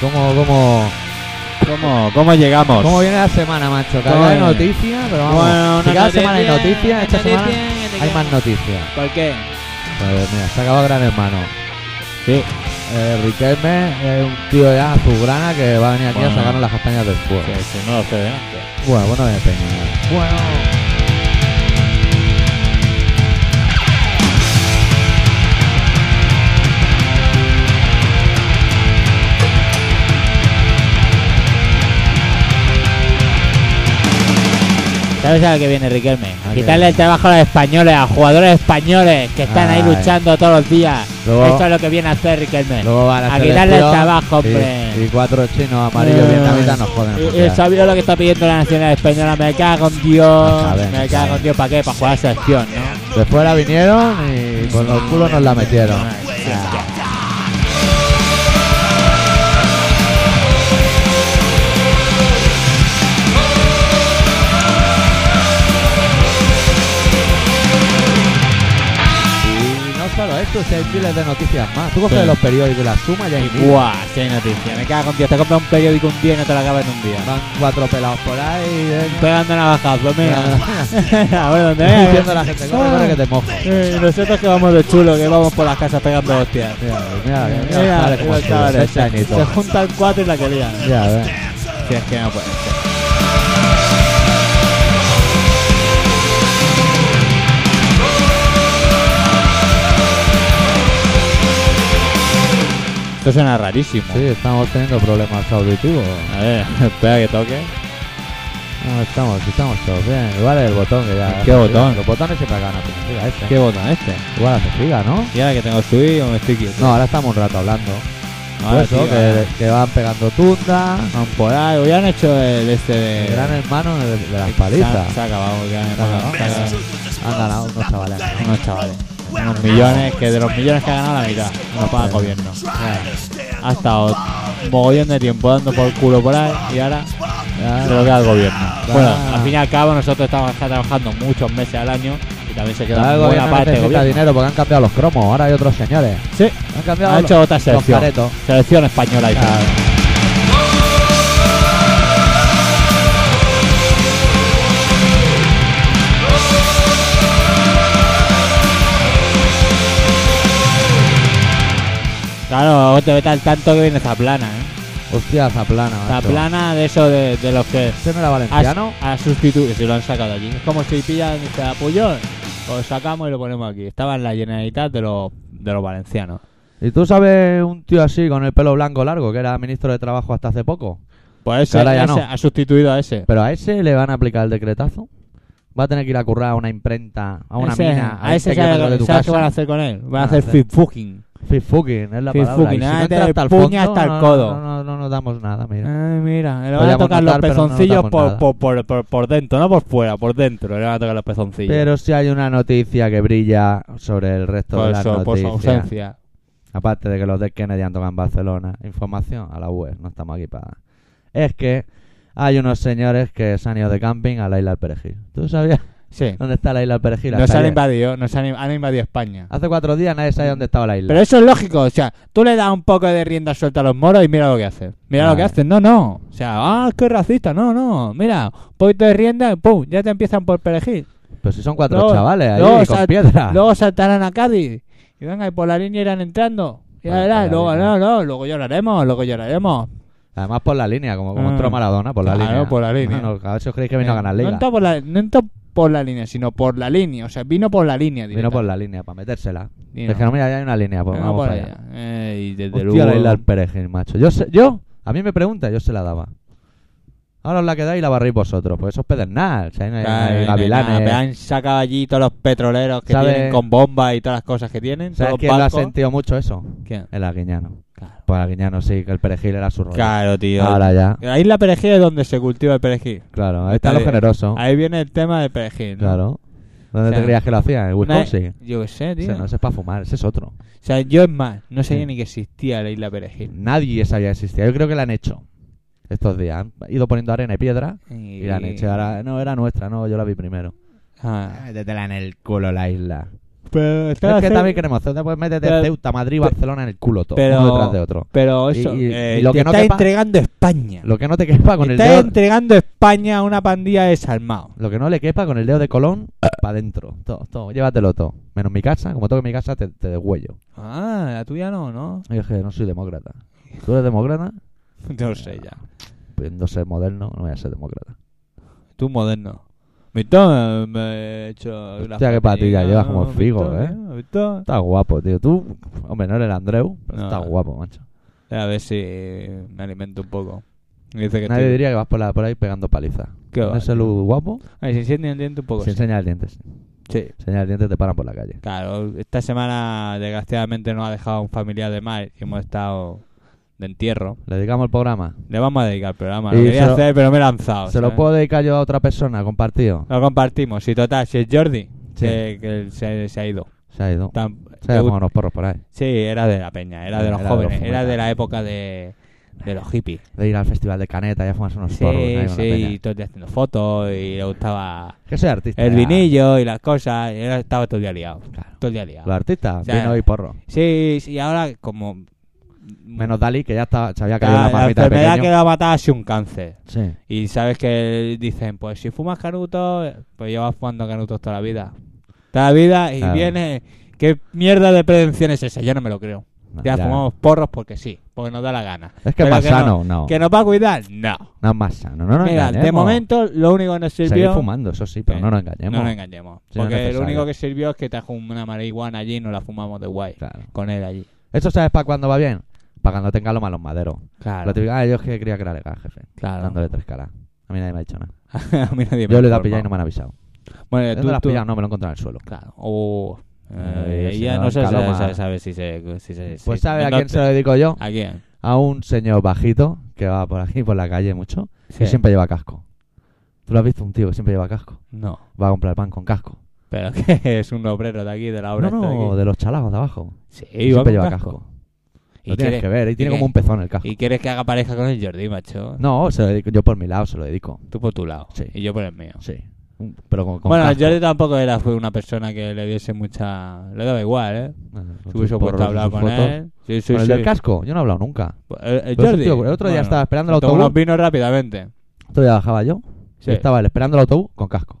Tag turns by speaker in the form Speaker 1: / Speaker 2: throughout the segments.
Speaker 1: ¿Cómo, cómo, cómo, cómo llegamos?
Speaker 2: ¿Cómo viene la semana, macho? Que habla de
Speaker 1: Bueno.
Speaker 2: noticias, pero vamos.
Speaker 1: Bueno,
Speaker 2: si
Speaker 1: una
Speaker 2: cada semana hay
Speaker 1: noticia,
Speaker 2: noticias, esta
Speaker 1: una
Speaker 2: semana
Speaker 1: noticia, una
Speaker 2: hay más noticias.
Speaker 1: ¿Por qué?
Speaker 2: Pues mira, se acabó Gran Hermano.
Speaker 1: Sí.
Speaker 2: Eh, Riquelme es un tío ya azulgrana que va a venir aquí
Speaker 1: Bueno.
Speaker 2: a sacarnos las castañas del fuego.
Speaker 1: Que, que no lo sé, ¿eh?
Speaker 2: Bueno, bueno, de peña.
Speaker 1: Bueno. ¿Sabes a lo que viene Riquelme?
Speaker 2: ¿A qué?
Speaker 1: Quitarle el trabajo a los españoles, a jugadores españoles que están ahí
Speaker 2: Ay.
Speaker 1: luchando todos los días.
Speaker 2: Luego-
Speaker 1: Esto es lo que viene a hacer Riquelme. Eh,
Speaker 2: Luego van a
Speaker 1: A quitarle el
Speaker 2: selección
Speaker 1: trabajo,
Speaker 2: y-
Speaker 1: hombre. Eh,
Speaker 2: Y, cuatro chinos amarillos
Speaker 1: Ay.
Speaker 2: vietnamitas nos joden. el
Speaker 1: Y- y
Speaker 2: mundial.
Speaker 1: eh, ¿Sabía lo que está pidiendo la nacional española? Me cago en Dios.
Speaker 2: No saben,
Speaker 1: me
Speaker 2: no
Speaker 1: cago
Speaker 2: saben.
Speaker 1: en Dios. ¿Para qué? Para jugar a selección, ¿no?
Speaker 2: De fuera vinieron y con los culos nos la metieron.
Speaker 1: Ah,
Speaker 2: Y no solo esto, si hay miles de noticias más. Tú coges
Speaker 1: Sí.
Speaker 2: los periódicos y las sumas y hay
Speaker 1: Y
Speaker 2: mil.
Speaker 1: Buah, sí hay noticia. Me cago en Dios. Te compras un periódico un día y no te lo acabas en un día.
Speaker 2: Van cuatro pelados por ahí. eh,
Speaker 1: Pegando pues navajazo, mira. Ahora donde veas.
Speaker 2: Diciendo a la gente, corre, corre, que te mojo.
Speaker 1: Eh, Nosotros que vamos de chulo, que vamos por las casas pegando hostias.
Speaker 2: Mira, mira, mira,
Speaker 1: Mira,
Speaker 2: mira,
Speaker 1: los chavales, se, se juntan cuatro y la que lían.
Speaker 2: Ya, ves.
Speaker 1: Si es que no puede ser. Esto suena rarísimo.
Speaker 2: Sí, estamos teniendo problemas auditivos.
Speaker 1: A ver, espera que toque.
Speaker 2: No, estamos, estamos todos bien. Igual el botón que ya.
Speaker 1: ¿Qué botón?
Speaker 2: Los botones siempre acaban a Mira, ese.
Speaker 1: ¿Qué botón este?
Speaker 2: Igual hace figa, ¿no?
Speaker 1: ¿Y ahora que tengo que subir o me estoy quieto?
Speaker 2: No, ahora estamos un rato hablando.
Speaker 1: Ahora
Speaker 2: Por
Speaker 1: sí,
Speaker 2: eso,
Speaker 1: ahora.
Speaker 2: que, que van pegando tunda.
Speaker 1: Van por ahí. Hubieran hecho el este de...
Speaker 2: El gran hermano de, de las
Speaker 1: Se,
Speaker 2: palizas.
Speaker 1: se ha acabado. el gran
Speaker 2: Se ha acabado.
Speaker 1: Se ha acabado.
Speaker 2: Han ganado unos chavales. ¿no?
Speaker 1: Unos chavales. Unos millones, que de los millones que ha ganado la mitad nos paga el gobierno. Ha estado mogollón de tiempo dando por culo por ahí y ahora
Speaker 2: Ah.
Speaker 1: se lo queda el gobierno. Bueno, al fin y al cabo nosotros estamos acá trabajando muchos meses al año y también se
Speaker 2: Ahora
Speaker 1: queda
Speaker 2: Ah, el
Speaker 1: una buena
Speaker 2: gobierno
Speaker 1: parte del
Speaker 2: necesita
Speaker 1: gobierno.
Speaker 2: dinero porque han cambiado los cromos. Ahora hay otros señores.
Speaker 1: Sí,
Speaker 2: Han cambiado
Speaker 1: ha
Speaker 2: los,
Speaker 1: hecho otra
Speaker 2: los
Speaker 1: selección.
Speaker 2: caretos.
Speaker 1: Selección española y
Speaker 2: Claro.
Speaker 1: tal. Claro, vos te vete al tanto que viene Zaplana, ¿eh?
Speaker 2: Hostia, Zaplana. macho. Ah,
Speaker 1: Zaplana de eso de, de los que
Speaker 2: Ese no era
Speaker 1: a,
Speaker 2: valenciano.
Speaker 1: a sustituir, si lo han sacado allí. Es como si pillan y a Puyol, lo sacamos y lo ponemos aquí. Estaba en la generalidad de los, de los valencianos.
Speaker 2: ¿Y tú sabes un tío así con el pelo blanco largo que era ministro de trabajo hasta hace poco?
Speaker 1: Pues ese,
Speaker 2: Ahora ya
Speaker 1: ese
Speaker 2: no.
Speaker 1: ha sustituido a ese.
Speaker 2: Pero a ese le van a aplicar el decretazo. Va a tener que ir a currar a una imprenta, a una
Speaker 1: Ese-
Speaker 2: mina, este
Speaker 1: A ese
Speaker 2: que
Speaker 1: sabe
Speaker 2: de
Speaker 1: lo-
Speaker 2: tu
Speaker 1: ¿sabes qué van a
Speaker 2: casa.
Speaker 1: hacer con él? Van a
Speaker 2: Ah,
Speaker 1: hacer
Speaker 2: sí.
Speaker 1: flip fucking.
Speaker 2: Fit fucking, es la
Speaker 1: Fit
Speaker 2: palabra.
Speaker 1: fucking,
Speaker 2: y si
Speaker 1: ah,
Speaker 2: no
Speaker 1: de
Speaker 2: entra hasta el
Speaker 1: puña
Speaker 2: fondo,
Speaker 1: hasta el
Speaker 2: no, no,
Speaker 1: codo.
Speaker 2: No, no, no nos damos nada, mira. Pues
Speaker 1: Ay, mira, le van a
Speaker 2: Podríamos
Speaker 1: tocar
Speaker 2: notar,
Speaker 1: los
Speaker 2: pero no nos
Speaker 1: pezoncillos
Speaker 2: damos
Speaker 1: por,
Speaker 2: nada.
Speaker 1: por, por, por, por dentro, no por fuera, por dentro. Le van a tocar los pezoncillos.
Speaker 2: Pero si hay una noticia que brilla sobre el resto
Speaker 1: por,
Speaker 2: de las
Speaker 1: Pues eso, por su
Speaker 2: noticias.
Speaker 1: ausencia.
Speaker 2: Aparte de que los de Kennedy han tocado en Barcelona. Información a la web, no estamos aquí para... Es que hay unos señores que se han ido de camping a la isla del Perejil. ¿Tú sabías
Speaker 1: Sí.
Speaker 2: dónde está la isla del Perejil?
Speaker 1: Nos
Speaker 2: Hasta
Speaker 1: han
Speaker 2: ayer.
Speaker 1: invadido, nos han, han invadido España.
Speaker 2: Hace cuatro días nadie sabía dónde estaba la isla.
Speaker 1: Pero eso es lógico, o sea, tú le das un poco de rienda suelta a los moros y mira lo que hacen. Mira lo que
Speaker 2: Ah.
Speaker 1: hacen, no, no. O sea, ah, qué racista, no, no. Mira, un poquito de rienda y pum, ya te empiezan por perejil.
Speaker 2: Pero si son cuatro
Speaker 1: Luego-
Speaker 2: chavales ahí
Speaker 1: luego
Speaker 2: con
Speaker 1: sal-
Speaker 2: piedra.
Speaker 1: Luego saltarán a Cádiz y venga, y por la línea irán entrando. Ya
Speaker 2: Vale,
Speaker 1: verás,
Speaker 2: por la
Speaker 1: luego,
Speaker 2: línea.
Speaker 1: no, no, luego lloraremos, luego lloraremos.
Speaker 2: Además por la línea, como, como
Speaker 1: Ah.
Speaker 2: entró Maradona, por la
Speaker 1: Claro,
Speaker 2: línea.
Speaker 1: por la línea.
Speaker 2: Bueno, a ver si os creéis que vino a ganar
Speaker 1: Eh, no
Speaker 2: liga.
Speaker 1: entró por la, no entró por la línea, sino por la línea, o sea, vino por la línea.
Speaker 2: Vino por la línea, para metérsela.
Speaker 1: línea.
Speaker 2: Dijeron, mira, ya hay una línea,
Speaker 1: Eh,
Speaker 2: pues vamos para allá.
Speaker 1: y desde
Speaker 2: Hostia,
Speaker 1: luego.
Speaker 2: la isla del perejil, macho. Yo, sé- yo, a mí me pregunta, yo se la daba. Ahora os la quedáis y la barréis vosotros, pues eso es pedernal. O sea, ahí no hay- no hay
Speaker 1: Ay,
Speaker 2: gavilanes.
Speaker 1: nena, me han sacado allí todos los petroleros que
Speaker 2: ¿Sabe-
Speaker 1: tienen con bombas y todas las cosas que tienen.
Speaker 2: ¿Sabes
Speaker 1: todos los
Speaker 2: quién lo ha
Speaker 1: barcos.
Speaker 2: sentido mucho eso?
Speaker 1: ¿Quién?
Speaker 2: El Arguiñano.
Speaker 1: Claro.
Speaker 2: Pues Arguiñano sí, que el perejil era su rollo.
Speaker 1: Claro, tío.
Speaker 2: Ahora ya.
Speaker 1: La isla Perejil es donde se cultiva el perejil.
Speaker 2: Claro, ahí está lo
Speaker 1: Ahí-
Speaker 2: generoso.
Speaker 1: Ahí viene el tema del perejil. ¿no?
Speaker 2: Claro. Pues ¿Dónde
Speaker 1: O sea,
Speaker 2: te creías que lo hacían? En
Speaker 1: Una-
Speaker 2: Wisconsin.
Speaker 1: yo qué sé, tío.
Speaker 2: Ese no, ese es para fumar, ese es otro.
Speaker 1: O sea, yo es más, no sabía
Speaker 2: Sí.
Speaker 1: ni que existía la isla Perejil.
Speaker 2: Nadie sabía que existía. Yo creo que la han hecho estos días. Han ido poniendo arena y piedra y la han hecho. Ahora, no, era nuestra, no, yo la vi primero.
Speaker 1: Ah,
Speaker 2: Métetela en el culo la isla.
Speaker 1: Pero está
Speaker 2: Es que
Speaker 1: hacer-
Speaker 2: también queremos Ceuta, pues métete
Speaker 1: Pero-
Speaker 2: Ceuta, Madrid,
Speaker 1: pe-
Speaker 2: Barcelona en el culo todo,
Speaker 1: pero-
Speaker 2: uno detrás de otro.
Speaker 1: Pero eso.
Speaker 2: Y- y-
Speaker 3: Eh,
Speaker 2: lo
Speaker 3: te
Speaker 2: que no
Speaker 3: está
Speaker 2: quepa-
Speaker 3: entregando España.
Speaker 2: Lo que no te quepa con el
Speaker 1: está
Speaker 2: dedo,
Speaker 1: entregando España a una pandilla de salmados.
Speaker 2: lo que no le quepa con el dedo de Colón, para adentro. Todo, todo, llévatelo todo. Menos mi casa, como toque mi casa te, te deshuello.
Speaker 1: Ah, la tuya no, ¿no?
Speaker 2: Y dije, no soy demócrata. ¿Tú eres demócrata?
Speaker 1: No sé ya.
Speaker 2: Pues no ser moderno, no voy a ser demócrata.
Speaker 1: Tú moderno. Mitón, me he hecho. la
Speaker 2: Hostia, qué patilla
Speaker 1: fatiga,
Speaker 2: llevas
Speaker 1: ¿no?
Speaker 2: como Figo,
Speaker 1: Mitón,
Speaker 2: ¿eh?
Speaker 1: Mitón.
Speaker 2: Estás guapo, tío. Tú, hombre, no eres el Andreu, pero
Speaker 1: No.
Speaker 2: estás guapo, macho.
Speaker 1: A ver si me alimento un poco. Me Dice que
Speaker 2: Nadie
Speaker 1: estoy-
Speaker 2: diría que vas por, la, por ahí pegando paliza.
Speaker 1: Qué
Speaker 2: ¿No
Speaker 1: va,
Speaker 2: es el
Speaker 1: tío.
Speaker 2: guapo?
Speaker 1: Ay, si enciende el diente un poco.
Speaker 2: Si
Speaker 1: sí.
Speaker 2: enseñas el diente, sí.
Speaker 1: Sí.
Speaker 2: Enseñas el diente te paran por la calle.
Speaker 1: Claro, esta semana desgraciadamente nos ha dejado un familiar de mal y hemos estado de entierro.
Speaker 2: Le dedicamos el programa.
Speaker 1: Le vamos a dedicar el programa. Lo
Speaker 2: Y
Speaker 1: quería
Speaker 2: se lo-
Speaker 1: hacer, pero me he lanzado.
Speaker 2: ¿Se
Speaker 1: ¿sabes?
Speaker 2: lo puedo dedicar yo a otra persona, compartido?
Speaker 1: Lo compartimos. Si total, si es Jordi,
Speaker 2: Sí.
Speaker 1: que, que se, se ha ido.
Speaker 2: Se ha ido.
Speaker 1: Tan-
Speaker 2: Se ha
Speaker 1: le
Speaker 2: ido
Speaker 1: gust-
Speaker 2: con unos porros por ahí.
Speaker 1: Sí, era de la peña, era de los
Speaker 2: Era de los
Speaker 1: jóvenes, era de la
Speaker 2: fumadores.
Speaker 1: época de, de los hippies.
Speaker 2: De ir al festival de Caneta y a fumarse unos
Speaker 1: Sí,
Speaker 2: porros. ahí con la
Speaker 1: sí, y
Speaker 2: peña.
Speaker 1: todo el día haciendo fotos y le gustaba
Speaker 2: Que soy artista.
Speaker 1: el
Speaker 2: ya.
Speaker 1: vinillo y las cosas. Y era, estaba todo el día liado.
Speaker 2: Claro.
Speaker 1: Todo el día liado.
Speaker 2: Los artistas,
Speaker 1: O sea,
Speaker 2: vino y porro.
Speaker 1: Sí, sí, y ahora como...
Speaker 2: Menos Dalí, que ya estaba, se había caído
Speaker 1: La,
Speaker 2: la
Speaker 1: la
Speaker 2: palmita de
Speaker 1: enfermedad
Speaker 2: pequeño.
Speaker 1: que lo ha matado ha sido un cáncer.
Speaker 2: Sí.
Speaker 1: Y sabes que dicen, pues si fumas canutos, pues llevas fumando canutos toda la vida. Toda la vida y
Speaker 2: Claro.
Speaker 1: viene... ¿Qué mierda de prevención es esa? Yo no me lo creo.
Speaker 2: No,
Speaker 1: Ya,
Speaker 2: ya.
Speaker 1: fumamos porros porque sí, porque nos da la gana.
Speaker 2: Es que es
Speaker 1: Pero
Speaker 2: más
Speaker 1: que
Speaker 2: sano, no.
Speaker 1: ¿Que nos va a cuidar? No.
Speaker 2: No es más sano. No nos
Speaker 1: Mira,
Speaker 2: engañemos.
Speaker 1: de momento lo único que nos
Speaker 2: Seguir
Speaker 1: sirvió...
Speaker 2: fumando, eso sí, pero
Speaker 1: Sí.
Speaker 2: no nos engañemos.
Speaker 1: No nos engañemos.
Speaker 2: Sí, no es
Speaker 1: porque lo
Speaker 2: necesario.
Speaker 1: único que sirvió es que trajo una marihuana allí y nos la fumamos de guay.
Speaker 2: Claro.
Speaker 1: Con él allí.
Speaker 2: ¿Eso sabes para cuándo va bien? Para cuando tenga los malos maderos.
Speaker 1: Claro.
Speaker 2: La típica, ah, yo es que quería que era legal, jefe.
Speaker 1: claro.
Speaker 2: Dándole tres caras. A mí nadie me ha dicho nada.
Speaker 1: A mí nadie me
Speaker 2: Yo
Speaker 1: ha
Speaker 2: le he dado a
Speaker 1: informado.
Speaker 2: pillar y no me han avisado.
Speaker 1: Bueno,
Speaker 2: ¿Dónde
Speaker 1: tú-
Speaker 2: lo has
Speaker 1: tú-
Speaker 2: pillado? No, me lo he encontrado en el suelo.
Speaker 1: Claro. O
Speaker 2: Eh, si
Speaker 1: ella
Speaker 2: no,
Speaker 1: no se
Speaker 2: Paloma.
Speaker 1: sabe, sabe- sabe si se. Si se
Speaker 2: Pues
Speaker 1: si-
Speaker 2: ¿sabe a
Speaker 1: no
Speaker 2: quién
Speaker 1: te-
Speaker 2: se lo dedico yo?
Speaker 1: ¿A quién?
Speaker 2: A un señor bajito que va por aquí, por la calle mucho,
Speaker 1: Sí.
Speaker 2: y siempre lleva casco. ¿Tú lo has visto? Un tío que siempre lleva casco.
Speaker 1: No.
Speaker 2: Va a comprar pan con casco.
Speaker 1: Pero que es un obrero de aquí, de la obra.
Speaker 2: no,
Speaker 1: esta de
Speaker 2: no,
Speaker 1: aquí.
Speaker 2: de los chalagos de abajo.
Speaker 1: Sí,
Speaker 2: Y
Speaker 1: va
Speaker 2: siempre
Speaker 1: con
Speaker 2: lleva
Speaker 1: casco.
Speaker 2: casco.
Speaker 1: ¿Y,
Speaker 2: Lo tienes
Speaker 1: quieres,
Speaker 2: que ver, y tiene
Speaker 1: y
Speaker 2: como
Speaker 1: qué?
Speaker 2: un pezón el casco.
Speaker 1: y quieres que haga pareja con el Jordi, macho?
Speaker 2: No, se lo dedico- yo por mi lado se lo dedico.
Speaker 1: Tú por tu lado.
Speaker 2: Sí.
Speaker 1: Y yo por el mío.
Speaker 2: Sí. Un- Pero con, con
Speaker 1: bueno,
Speaker 2: casco.
Speaker 1: Jordi tampoco era fue una persona que le diese mucha. Le daba igual, ¿eh?
Speaker 2: Bueno,
Speaker 1: Se
Speaker 2: sus
Speaker 1: hubiese puesto
Speaker 2: porros,
Speaker 1: a hablar
Speaker 2: Pues sus
Speaker 1: con
Speaker 2: fotos.
Speaker 1: él. Sí, sí,
Speaker 2: Con el
Speaker 1: sí.
Speaker 2: del casco, yo no he hablado nunca.
Speaker 1: Eh, eh,
Speaker 2: Pero ese
Speaker 1: Jordi.
Speaker 2: tío, el otro día
Speaker 1: Bueno,
Speaker 2: estaba esperando el
Speaker 1: tomó
Speaker 2: autobús.
Speaker 1: unos vinos rápidamente.
Speaker 2: Otro día bajaba yo
Speaker 1: Sí.
Speaker 2: y estaba él esperando el autobús con casco.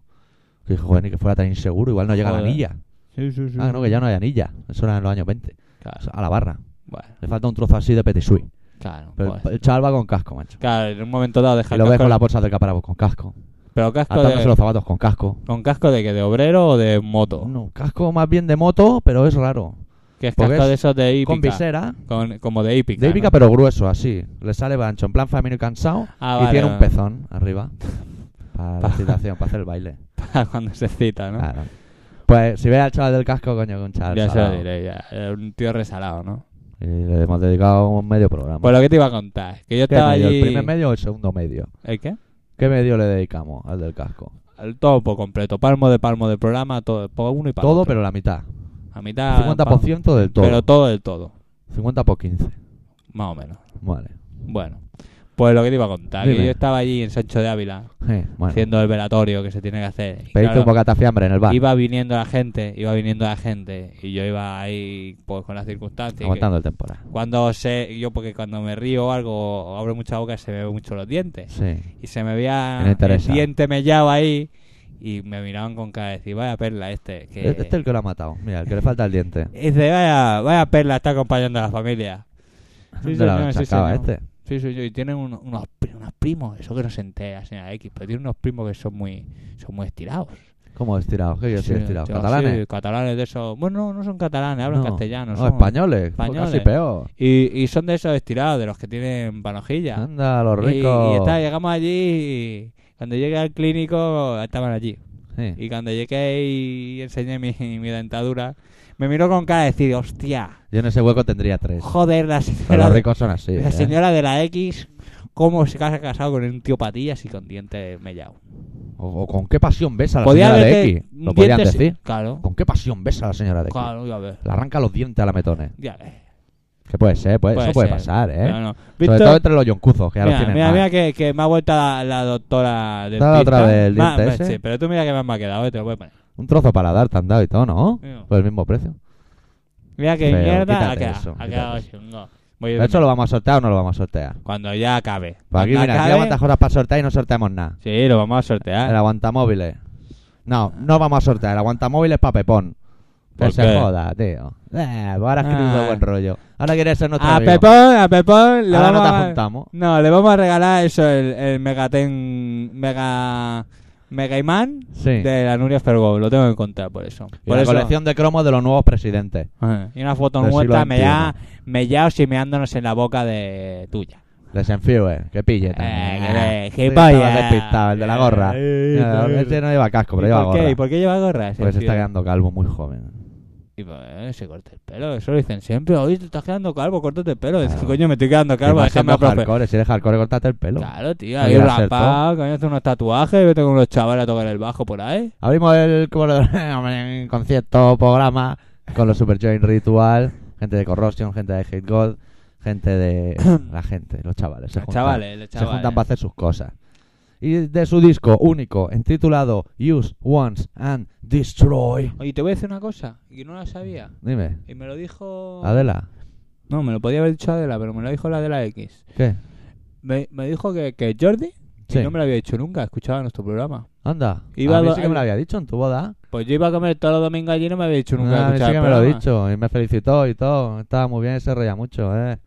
Speaker 2: Que dije, joder, ni que fuera tan inseguro, igual no llega la
Speaker 1: Joder.
Speaker 2: anilla.
Speaker 1: Sí, sí, sí.
Speaker 2: Ah, no, que ya no hay anilla. Eso era en los años 20.
Speaker 1: Claro.
Speaker 2: O sea, a la barra.
Speaker 1: Bueno,
Speaker 2: Le falta un trozo así de petit suisse.
Speaker 1: claro.
Speaker 2: Pero
Speaker 1: pues.
Speaker 2: el, el chaval va con casco, macho.
Speaker 1: Claro, en un momento dado deja
Speaker 2: Y
Speaker 1: el
Speaker 2: lo ves
Speaker 1: casco.
Speaker 2: con la bolsa del caparabos con casco.
Speaker 1: Pero casco
Speaker 2: Atándose
Speaker 1: de,
Speaker 2: los zapatos con casco.
Speaker 1: con casco de que de obrero o de moto.
Speaker 2: No, casco más bien de moto, pero es raro.
Speaker 1: Que es
Speaker 2: Porque
Speaker 1: casco
Speaker 2: es
Speaker 1: de esos de hípica.
Speaker 2: Con visera.
Speaker 1: Con- como de hípica.
Speaker 2: De hípica,
Speaker 1: ¿no?
Speaker 2: pero grueso, así. Le sale ancho, en plan femenino y cansado.
Speaker 1: Ah,
Speaker 2: y
Speaker 1: vale,
Speaker 2: tiene un
Speaker 1: vale.
Speaker 2: pezón arriba. Para la excitación, para hacer el baile.
Speaker 1: Para cuando se cita, ¿no?
Speaker 2: Claro. Pues si ve al chaval del casco, coño, que un chaval.
Speaker 1: ya se lo
Speaker 2: salado.
Speaker 1: diré, ya. Eh, Un tío resalado, ¿no?
Speaker 2: Y le hemos dedicado un medio programa.
Speaker 1: Pues lo que te iba a contar. Que yo
Speaker 2: ¿Qué
Speaker 1: estaba
Speaker 2: medio,
Speaker 1: allí.
Speaker 2: ¿El primer medio o el segundo medio?
Speaker 1: ¿El qué?
Speaker 2: ¿Qué medio le dedicamos al del casco?
Speaker 1: El topo completo. Palmo de palmo de programa, todo. por uno y para
Speaker 2: todo,
Speaker 1: otro.
Speaker 2: pero la mitad.
Speaker 1: A mitad. pa-
Speaker 2: 50% del todo.
Speaker 1: Pero todo del todo.
Speaker 2: 50 por 15.
Speaker 1: Más o menos.
Speaker 2: Vale.
Speaker 1: Bueno. Pues lo que te iba a contar.
Speaker 2: Dime.
Speaker 1: Que yo estaba allí en Sancho de Ávila.
Speaker 2: Eh, bueno.
Speaker 1: Haciendo el velatorio que se tiene que hacer. Y
Speaker 2: Pediste
Speaker 1: claro,
Speaker 2: un bocata fiambre en el bar.
Speaker 1: Iba viniendo la gente, iba viniendo la gente y yo iba ahí pues con las circunstancias. y
Speaker 2: aguantando el temporal.
Speaker 1: que- Cuando sé, yo porque cuando me río o algo, o abro mucha boca se me ven mucho los dientes.
Speaker 2: Sí.
Speaker 1: Y se me
Speaker 2: Me
Speaker 1: veía el
Speaker 2: interesa.
Speaker 1: diente mellado ahí y me miraban con cara de decir, vaya perla este. Que...
Speaker 2: Este es el que lo ha matado. Mira, el que le falta el diente.
Speaker 1: Y dice, vaya, vaya perla está acompañando a la familia. Sí,
Speaker 2: de la
Speaker 1: señor, sí,
Speaker 2: machacaba
Speaker 1: señor.
Speaker 2: este.
Speaker 1: Sí, soy yo. Y tiene un- unos, pri- unos primos, eso que no se entera, señora X, pero tiene unos primos que son muy, son muy estirados.
Speaker 2: ¿Cómo estirados? ¿Qué yo
Speaker 1: Sí,
Speaker 2: soy estirado?
Speaker 1: sí,
Speaker 2: ¿Catalanes?
Speaker 1: sí, catalanes de esos. Bueno, no, no son catalanes, hablan
Speaker 2: No.
Speaker 1: castellano.
Speaker 2: No,
Speaker 1: son-
Speaker 2: españoles. Fue Casi
Speaker 1: españoles.
Speaker 2: peor.
Speaker 1: Y, y son de esos estirados, de los que tienen panojilla.
Speaker 2: Anda, Ah, los
Speaker 1: Y,
Speaker 2: ricos.
Speaker 1: y está, llegamos allí y cuando llegué al clínico estaban allí.
Speaker 2: Sí.
Speaker 1: Y cuando llegué y enseñé mi, mi dentadura, me miró con cara de decir, hostia,
Speaker 2: Yo en ese hueco tendría tres.
Speaker 1: joder, la
Speaker 2: Pero
Speaker 1: señora,
Speaker 2: los ricos son así.
Speaker 1: la
Speaker 2: ¿eh?
Speaker 1: señora de la X, ¿cómo se ha casado con un tío patillas y con dientes mellados?
Speaker 2: O, o con qué pasión ves a la
Speaker 1: Podía
Speaker 2: señora de
Speaker 1: haberte-
Speaker 2: X. Lo podían
Speaker 1: dientes-
Speaker 2: decir.
Speaker 1: Claro,
Speaker 2: ¿Con qué pasión ves a la señora de X?
Speaker 1: claro, ya ves.
Speaker 2: Le arranca los dientes a la metone.
Speaker 1: Ya ves.
Speaker 2: Que puede ser, puede,
Speaker 1: Puede
Speaker 2: eso puede
Speaker 1: ser.
Speaker 2: pasar, ¿eh?
Speaker 1: No, no.
Speaker 2: Sobre
Speaker 1: Visto-
Speaker 2: todo entre los yoncuzos, que ya los
Speaker 1: Mira,
Speaker 2: tienen
Speaker 1: mira,
Speaker 2: más.
Speaker 1: mira que, que me ha vuelto la, la doctora
Speaker 2: dado
Speaker 1: dentista.
Speaker 2: otra vez el
Speaker 1: Ma-
Speaker 2: diente
Speaker 1: ma-
Speaker 2: ese?
Speaker 1: Sí, pero tú mira que me ha quedado, eh, te lo voy a poner.
Speaker 2: Un trozo para dar te han dado y todo, ¿no?
Speaker 1: No.
Speaker 2: Por el mismo precio.
Speaker 1: Mira que
Speaker 2: Feo,
Speaker 1: mierda ha
Speaker 2: quítate
Speaker 1: quedado.
Speaker 2: eso,
Speaker 1: Ha
Speaker 2: quítate
Speaker 1: quedado
Speaker 2: eso.
Speaker 1: chungo. Voy a-
Speaker 2: ¿De hecho lo vamos a sortear o no lo vamos a sortear?
Speaker 1: Cuando ya acabe.
Speaker 2: Pues aquí,
Speaker 1: Cuando
Speaker 2: mira, aquí
Speaker 1: acabe-
Speaker 2: aguantas horas para sortear y no sorteamos nada.
Speaker 1: Sí, lo vamos a sortear.
Speaker 2: El aguantamóviles. No, no vamos a sortear. El aguantamóviles para Pepón. Que
Speaker 1: ¿Por
Speaker 2: se
Speaker 1: qué?
Speaker 2: joda, tío. Eh, pues ahora has querido
Speaker 1: Ah.
Speaker 2: buen rollo. Ahora quieres ser nuestro
Speaker 1: a
Speaker 2: amigo.
Speaker 1: Pepón, a Pepón le
Speaker 2: Ahora no
Speaker 1: vamos
Speaker 2: te
Speaker 1: a-
Speaker 2: apuntamos.
Speaker 1: No, le vamos a regalar eso, el, el Megaten. Mega. Mega Imán
Speaker 2: Sí.
Speaker 1: de la Nuria Fergov. Lo tengo que encontrar por eso.
Speaker 2: Y
Speaker 1: Por
Speaker 2: la
Speaker 1: eso-
Speaker 2: colección de cromos de los nuevos presidentes.
Speaker 1: Ajá. Y una foto
Speaker 2: Del
Speaker 1: nuestra
Speaker 2: siglo
Speaker 1: me ya, me ya meándonos en la boca de tuya.
Speaker 2: Desenfíe, que pille también. Ah,
Speaker 1: Eh, que
Speaker 2: Sí,
Speaker 1: ve- gilipollas.
Speaker 2: estaba despistado, el de la gorra.
Speaker 1: Eh,
Speaker 2: Mira,
Speaker 1: joder.
Speaker 2: este no lleva casco, pero
Speaker 1: ¿Y
Speaker 2: lleva
Speaker 1: por qué?
Speaker 2: gorra.
Speaker 1: ¿Y por qué lleva gorras?
Speaker 2: Pues
Speaker 1: el
Speaker 2: se está
Speaker 1: tío?
Speaker 2: quedando calvo muy joven.
Speaker 1: Y pues, eh, se corta el pelo, eso lo dicen siempre. Oye, te estás quedando calvo, córtate el pelo. Dices,
Speaker 2: Claro.
Speaker 1: coño, me estoy quedando calvo,
Speaker 2: Y más
Speaker 1: déjame
Speaker 2: siendo
Speaker 1: apropiar.
Speaker 2: hardcore, si eres hardcore, cortate el pelo.
Speaker 1: Claro, tío,
Speaker 2: No
Speaker 1: ahí
Speaker 2: iba a ser
Speaker 1: rapado, coño, hace unos tatuajes, vete con los chavales a tocar el bajo por ahí.
Speaker 2: Abrimos el corredor- concierto, programa con los Super Joint Ritual, gente de Corrosion, gente de Hate God, gente de. La gente, los chavales. Se
Speaker 1: Los
Speaker 2: juntan,
Speaker 1: chavales, los
Speaker 2: se
Speaker 1: chavales.
Speaker 2: juntan para hacer sus cosas. Y de su disco único, intitulado Use Once and Destroy.
Speaker 1: Oye, te voy a decir una cosa, que no la sabía.
Speaker 2: Dime,
Speaker 1: Y me lo dijo...
Speaker 2: Adela,
Speaker 1: No, me lo podía haber dicho Adela, pero me lo dijo la de la X.
Speaker 2: ¿qué?
Speaker 1: Me, me dijo que, que Jordi,
Speaker 2: Sí.
Speaker 1: y no me lo había dicho nunca, escuchaba nuestro programa.
Speaker 2: Anda,
Speaker 1: Iba
Speaker 2: a mí
Speaker 1: a-
Speaker 2: sí que me lo había dicho en tu boda.
Speaker 1: Pues yo iba a comer todos los domingos allí y no me había dicho nunca
Speaker 2: Ah, a mí sí
Speaker 1: escuchaba
Speaker 2: que
Speaker 1: el
Speaker 2: me lo ha
Speaker 1: programa.
Speaker 2: dicho y me felicitó y todo. Estaba muy bien, se reía mucho, eh.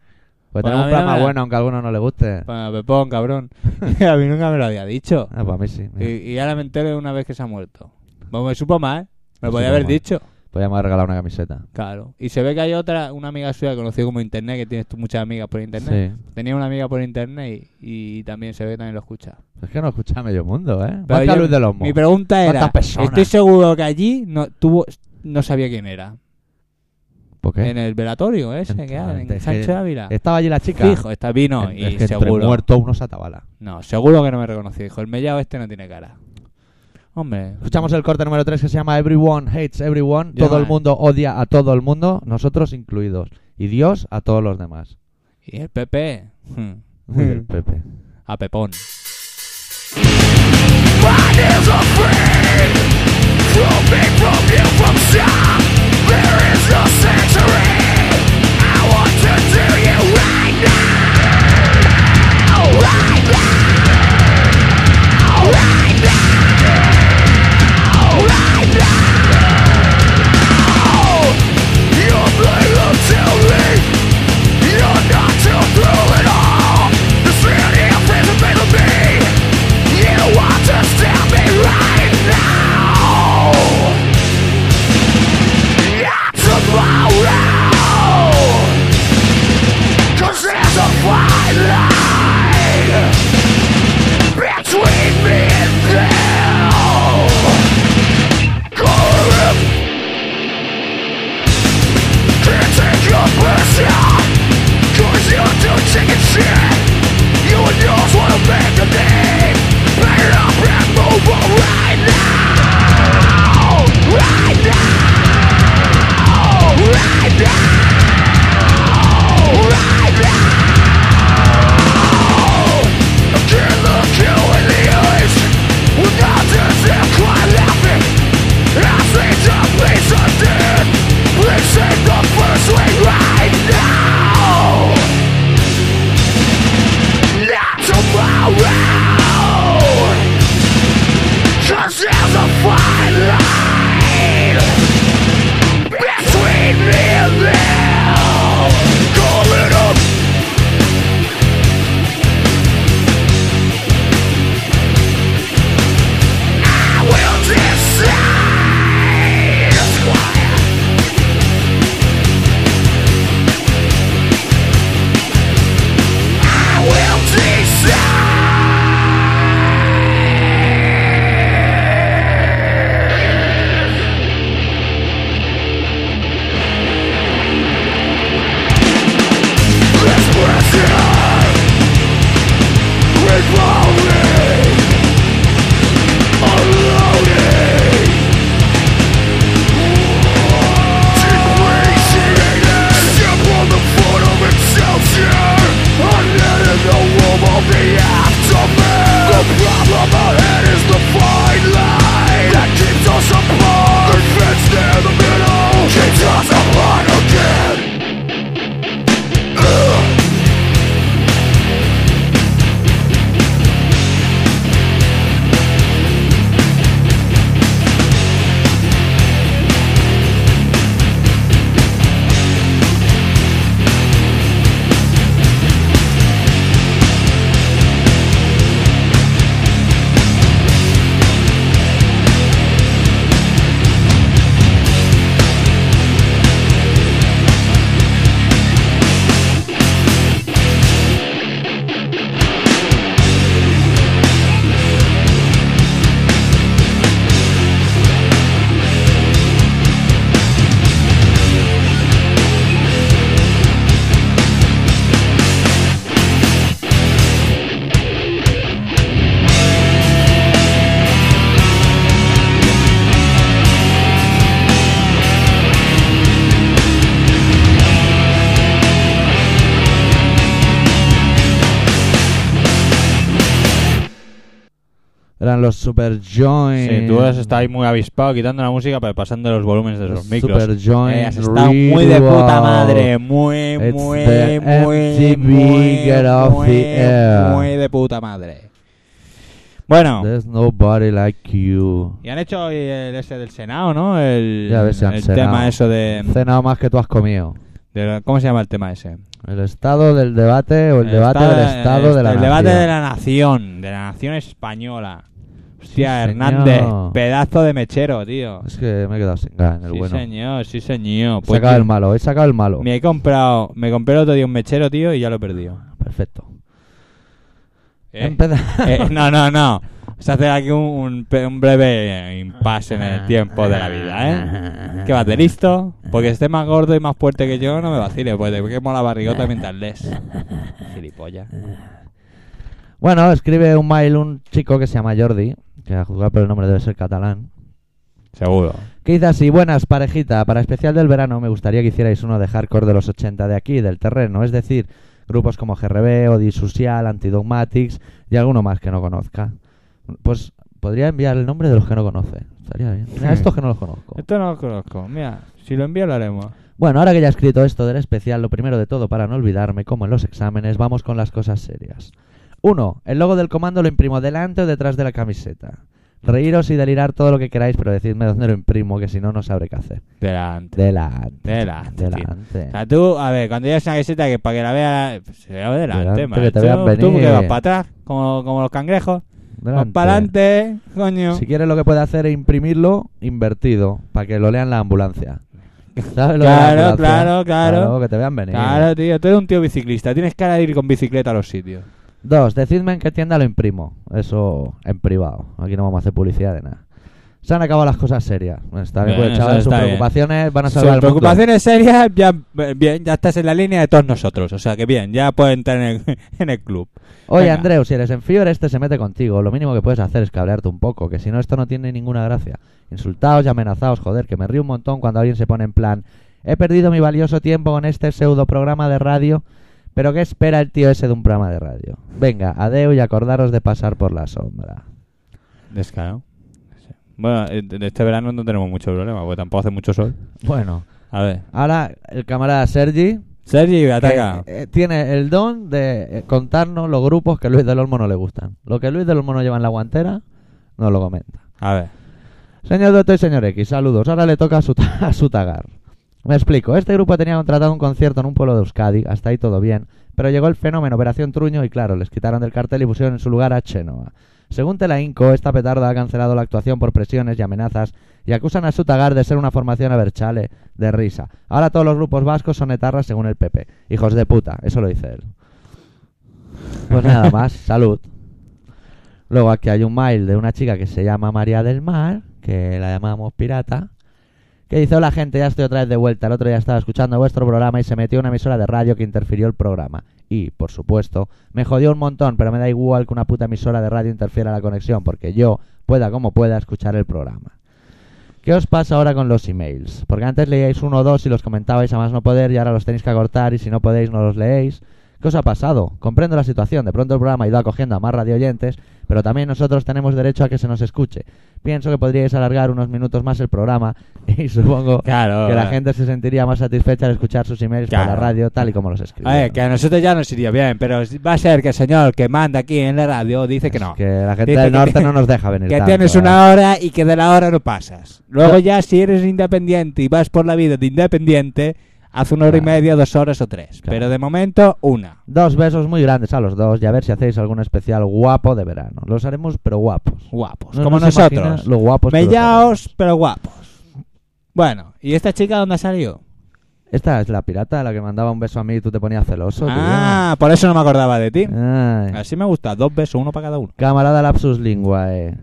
Speaker 2: Pues
Speaker 1: Pues a
Speaker 2: tenemos un
Speaker 1: mí no
Speaker 2: programa
Speaker 1: me-
Speaker 2: bueno, aunque a alguno no le guste.
Speaker 1: Pa- Pues, Pepón, cabrón. a mí nunca me lo había dicho.
Speaker 2: Ah, pues a mí sí.
Speaker 1: Y,
Speaker 2: mira.
Speaker 1: y ahora me entero de una vez que se ha muerto. Pues me supo mal, me lo
Speaker 2: Me
Speaker 1: podía
Speaker 2: supo
Speaker 1: haber
Speaker 2: mal.
Speaker 1: dicho.
Speaker 2: Podríamos haber regalado una camiseta.
Speaker 1: Claro. Y se ve que hay otra, una amiga suya conocida como Internet, que tienes tú muchas amigas por Internet.
Speaker 2: Sí.
Speaker 1: Tenía una amiga por Internet y, y también se ve que también lo escucha.
Speaker 2: Es que no escucha medio mundo, ¿eh?
Speaker 1: Pero
Speaker 2: Marca
Speaker 1: yo-
Speaker 2: Luis de Lomo.
Speaker 1: Mi pregunta era,
Speaker 2: ¿Cuántas personas?
Speaker 1: estoy seguro que allí no tuvo no sabía quién era.
Speaker 2: ¿Por qué?
Speaker 1: En el velatorio ese que hay,
Speaker 2: Entonces,
Speaker 1: en Sancho Ávila.
Speaker 2: Estaba allí la chica.
Speaker 1: Fijo, está vino
Speaker 2: En-
Speaker 1: y
Speaker 2: es que entre
Speaker 1: seguro.
Speaker 2: muerto uno se atabala.
Speaker 1: No, seguro que no me reconoció. Dijo, el mellao este no tiene cara. Hombre.
Speaker 2: Escuchamos el corte número 3 que se llama Everyone Hates Everyone.
Speaker 1: Ya,
Speaker 2: todo el
Speaker 1: eh.
Speaker 2: mundo odia a todo el mundo, nosotros incluidos. Y Dios a todos los demás.
Speaker 1: Y el Pepe. Hmm.
Speaker 2: Uy, el Pepe.
Speaker 1: A Pepón.
Speaker 3: Stop me right now! Not tomorrow! Cause there's a fine line
Speaker 2: Eran los Super Joint.
Speaker 1: Sí, tú has estado ahí muy avispado quitando la música pero pasando los volúmenes de los micros.
Speaker 2: Super Joint.
Speaker 1: Eh, has estado muy de puta madre, muy,
Speaker 2: It's
Speaker 1: muy,
Speaker 2: the
Speaker 1: muy,
Speaker 2: MTV Get Off
Speaker 1: muy,
Speaker 2: the Air.
Speaker 1: muy de puta madre. Bueno,
Speaker 2: There's nobody like you.
Speaker 1: y han hecho hoy el ese del Senado, ¿no? El,
Speaker 2: Ya ves si han
Speaker 1: el
Speaker 2: cenado.
Speaker 1: tema eso de,
Speaker 2: Cenado más que tú has comido.
Speaker 1: de la- ¿Cómo se llama el tema ese?
Speaker 2: El estado del debate o el, debate
Speaker 1: estado-
Speaker 2: del estado
Speaker 1: el- este,
Speaker 2: de la
Speaker 1: El
Speaker 2: nación.
Speaker 1: debate de la nación, de la nación española. Hostia,
Speaker 2: Sí,
Speaker 1: Hernández,
Speaker 2: señor.
Speaker 1: pedazo de mechero, tío.
Speaker 2: Es que me he quedado sin gas en el
Speaker 1: sí,
Speaker 2: bueno.
Speaker 1: señor, sí, señor.
Speaker 2: He
Speaker 1: Pues
Speaker 2: sacado
Speaker 1: yo-
Speaker 2: el malo, he sacado el malo.
Speaker 1: Me he comprado, me compré el otro día un mechero, tío, y ya lo he perdido.
Speaker 2: Perfecto.
Speaker 1: ¿Eh?
Speaker 2: Empezamos.
Speaker 1: Eh, no, no, no. Vamos a hacer aquí un, un pe- un breve eh, impasse en el tiempo de la vida, ¿eh? Que bate listo, porque esté más gordo y más fuerte que yo, no me vacile, pues te quemo la barrigota mientras lees. Gilipollas.
Speaker 2: Bueno, escribe un mail un chico que se llama Jordi, que a juzgar por el nombre debe ser catalán.
Speaker 1: Seguro.
Speaker 2: Que dice así, buenas parejita, para especial del verano me gustaría que hicierais uno de hardcore de los 80 de aquí, del terreno, es decir, grupos como GRB, Odi Social, Antidogmatics y alguno más que no conozca. Pues podría enviar el nombre de los que no conoce, estaría bien. Mira,
Speaker 1: Sí.
Speaker 2: estos que no los conozco.
Speaker 1: Esto no lo conozco. Mira, si lo envío lo haremos.
Speaker 2: Bueno, ahora que ya he escrito esto del especial, lo primero de todo para no olvidarme, como en los exámenes, vamos con las cosas serias. 1. El logo del comando lo imprimo delante o detrás de la camiseta. Reíros y delirar todo lo que queráis, pero decidme dónde lo imprimo, que si no, no sabré qué hacer.
Speaker 1: Delante.
Speaker 2: Delante.
Speaker 1: Delante. tío.
Speaker 2: Delante.
Speaker 1: O sea, tú, a ver, cuando llegas a una caseta que para que la vea, pues, se vea delante,
Speaker 2: Delante,
Speaker 1: macho.
Speaker 2: que te vean
Speaker 1: Tú
Speaker 2: venir.
Speaker 1: que vas para atrás, como, como los cangrejos. Vas
Speaker 2: Delante.
Speaker 1: para adelante, coño.
Speaker 2: Si quieres, lo que puede hacer es imprimirlo invertido, para que lo lean la ambulancia. ¿Sabes lo de la
Speaker 1: Claro,
Speaker 2: ambulancia?
Speaker 1: claro, claro.
Speaker 2: Que te vean venir.
Speaker 1: Claro, tío, tú eres un tío biciclista, tienes cara de ir con bicicleta a los sitios.
Speaker 2: Dos, decidme en qué tienda lo imprimo. Eso en privado. Aquí no vamos a hacer publicidad de nada. Se han acabado las cosas serias. Bueno, Está bien,
Speaker 1: Bueno,
Speaker 2: pues, chaval,
Speaker 1: eso
Speaker 2: sus
Speaker 1: está bien.
Speaker 2: preocupaciones van a
Speaker 1: Sin
Speaker 2: salvar el mundo.
Speaker 1: preocupaciones serias, ya, bien, ya estás en la línea de todos nosotros. O sea que bien, ya puedes entrar en el, en el club.
Speaker 2: Oye,
Speaker 1: Venga.
Speaker 2: Andreu, si eres en Fior, este se mete contigo. Lo mínimo que puedes hacer es cabrearte un poco, que si no, esto no tiene ninguna gracia. Insultaos y amenazaos, joder, que me río un montón cuando alguien se pone en plan. He perdido mi valioso tiempo con este pseudo programa de radio. Pero ¿qué espera el tío ese de un programa de radio? Venga, adeu y acordaros de pasar por la sombra.
Speaker 1: Descaro. Bueno, eh, de este verano no tenemos mucho problema, porque tampoco hace mucho sol.
Speaker 2: Bueno,
Speaker 1: A ver.
Speaker 2: ahora el camarada Sergi
Speaker 1: Sergi, ataca.
Speaker 2: que, eh, tiene el don de eh, contarnos los grupos que Luis del Olmo no le gustan. Lo que Luis del Olmo no lleva en la guantera, nos lo comenta.
Speaker 1: A ver.
Speaker 2: Señor Doto y señor X, saludos. Ahora le toca a, su a Sutagar. Me explico. Este grupo tenía contratado un concierto en un pueblo de Euskadi, hasta ahí todo bien. Pero llegó el fenómeno Operación Truño y claro, les quitaron del cartel y pusieron en su lugar a Chenoa. Según Telainco, esta petarda ha cancelado la actuación por presiones y amenazas y acusan a Sutagar de ser una formación a ver, chale, de risa. Ahora todos los grupos vascos son etarras según el PP. Hijos de puta, eso lo dice él. Pues nada más, salud. Luego aquí hay un mail de una chica que se llama María del Mar, que la llamamos pirata, que dice, hola gente, ya estoy otra vez de vuelta. El otro día estaba escuchando vuestro programa y se metió una emisora de radio que interfirió el programa. Y, por supuesto, me jodió un montón, pero me da igual que una puta emisora de radio interfiera la conexión, porque yo, pueda como pueda, escuchar el programa. ¿Qué os pasa ahora con los emails? Porque antes leíais uno o dos y los comentabais a más no poder y ahora los tenéis que acortar y si no podéis no los leéis. ¿Qué os ha pasado? Comprendo la situación, de pronto el programa ha ido acogiendo a más radioyentes, pero también nosotros tenemos derecho a que se nos escuche. Pienso que podríais alargar unos minutos más el programa y supongo
Speaker 1: Claro.
Speaker 2: que la
Speaker 1: eh.
Speaker 2: gente se sentiría más satisfecha al escuchar sus emails por
Speaker 1: Claro.
Speaker 2: la radio tal y como los escriben.
Speaker 1: A ver, que a nosotros ya nos iría bien, pero va a ser que el señor que manda aquí en la radio dice que no.
Speaker 2: Que la gente
Speaker 1: Dice
Speaker 2: del
Speaker 1: que
Speaker 2: norte
Speaker 1: tiene-
Speaker 2: no nos deja venir.
Speaker 1: Que
Speaker 2: tanto,
Speaker 1: tienes
Speaker 2: ¿eh?
Speaker 1: una hora y que de la hora no pasas. Luego ya si eres independiente y vas por la vida de independiente, haz una hora y
Speaker 2: Claro.
Speaker 1: media, dos horas o tres.
Speaker 2: Claro.
Speaker 1: Pero de momento, una.
Speaker 2: Dos besos muy grandes a los dos y a ver si hacéis algún especial guapo de verano. Los haremos, pero guapos.
Speaker 1: Guapos.
Speaker 2: No-
Speaker 1: como
Speaker 2: no se imagina
Speaker 1: nosotros.
Speaker 2: Los guapos. que los haremos.
Speaker 1: Mellaos, pero guapos. Bueno, ¿y esta chica dónde ha salido?
Speaker 2: Esta es la pirata, la que mandaba un beso a mí y tú te Eh, ponías celoso. tío.
Speaker 1: ah, por eso no me acordaba de ti.
Speaker 2: Ay.
Speaker 1: Así me gusta, dos besos, uno para cada uno.
Speaker 2: Camarada lapsus linguae.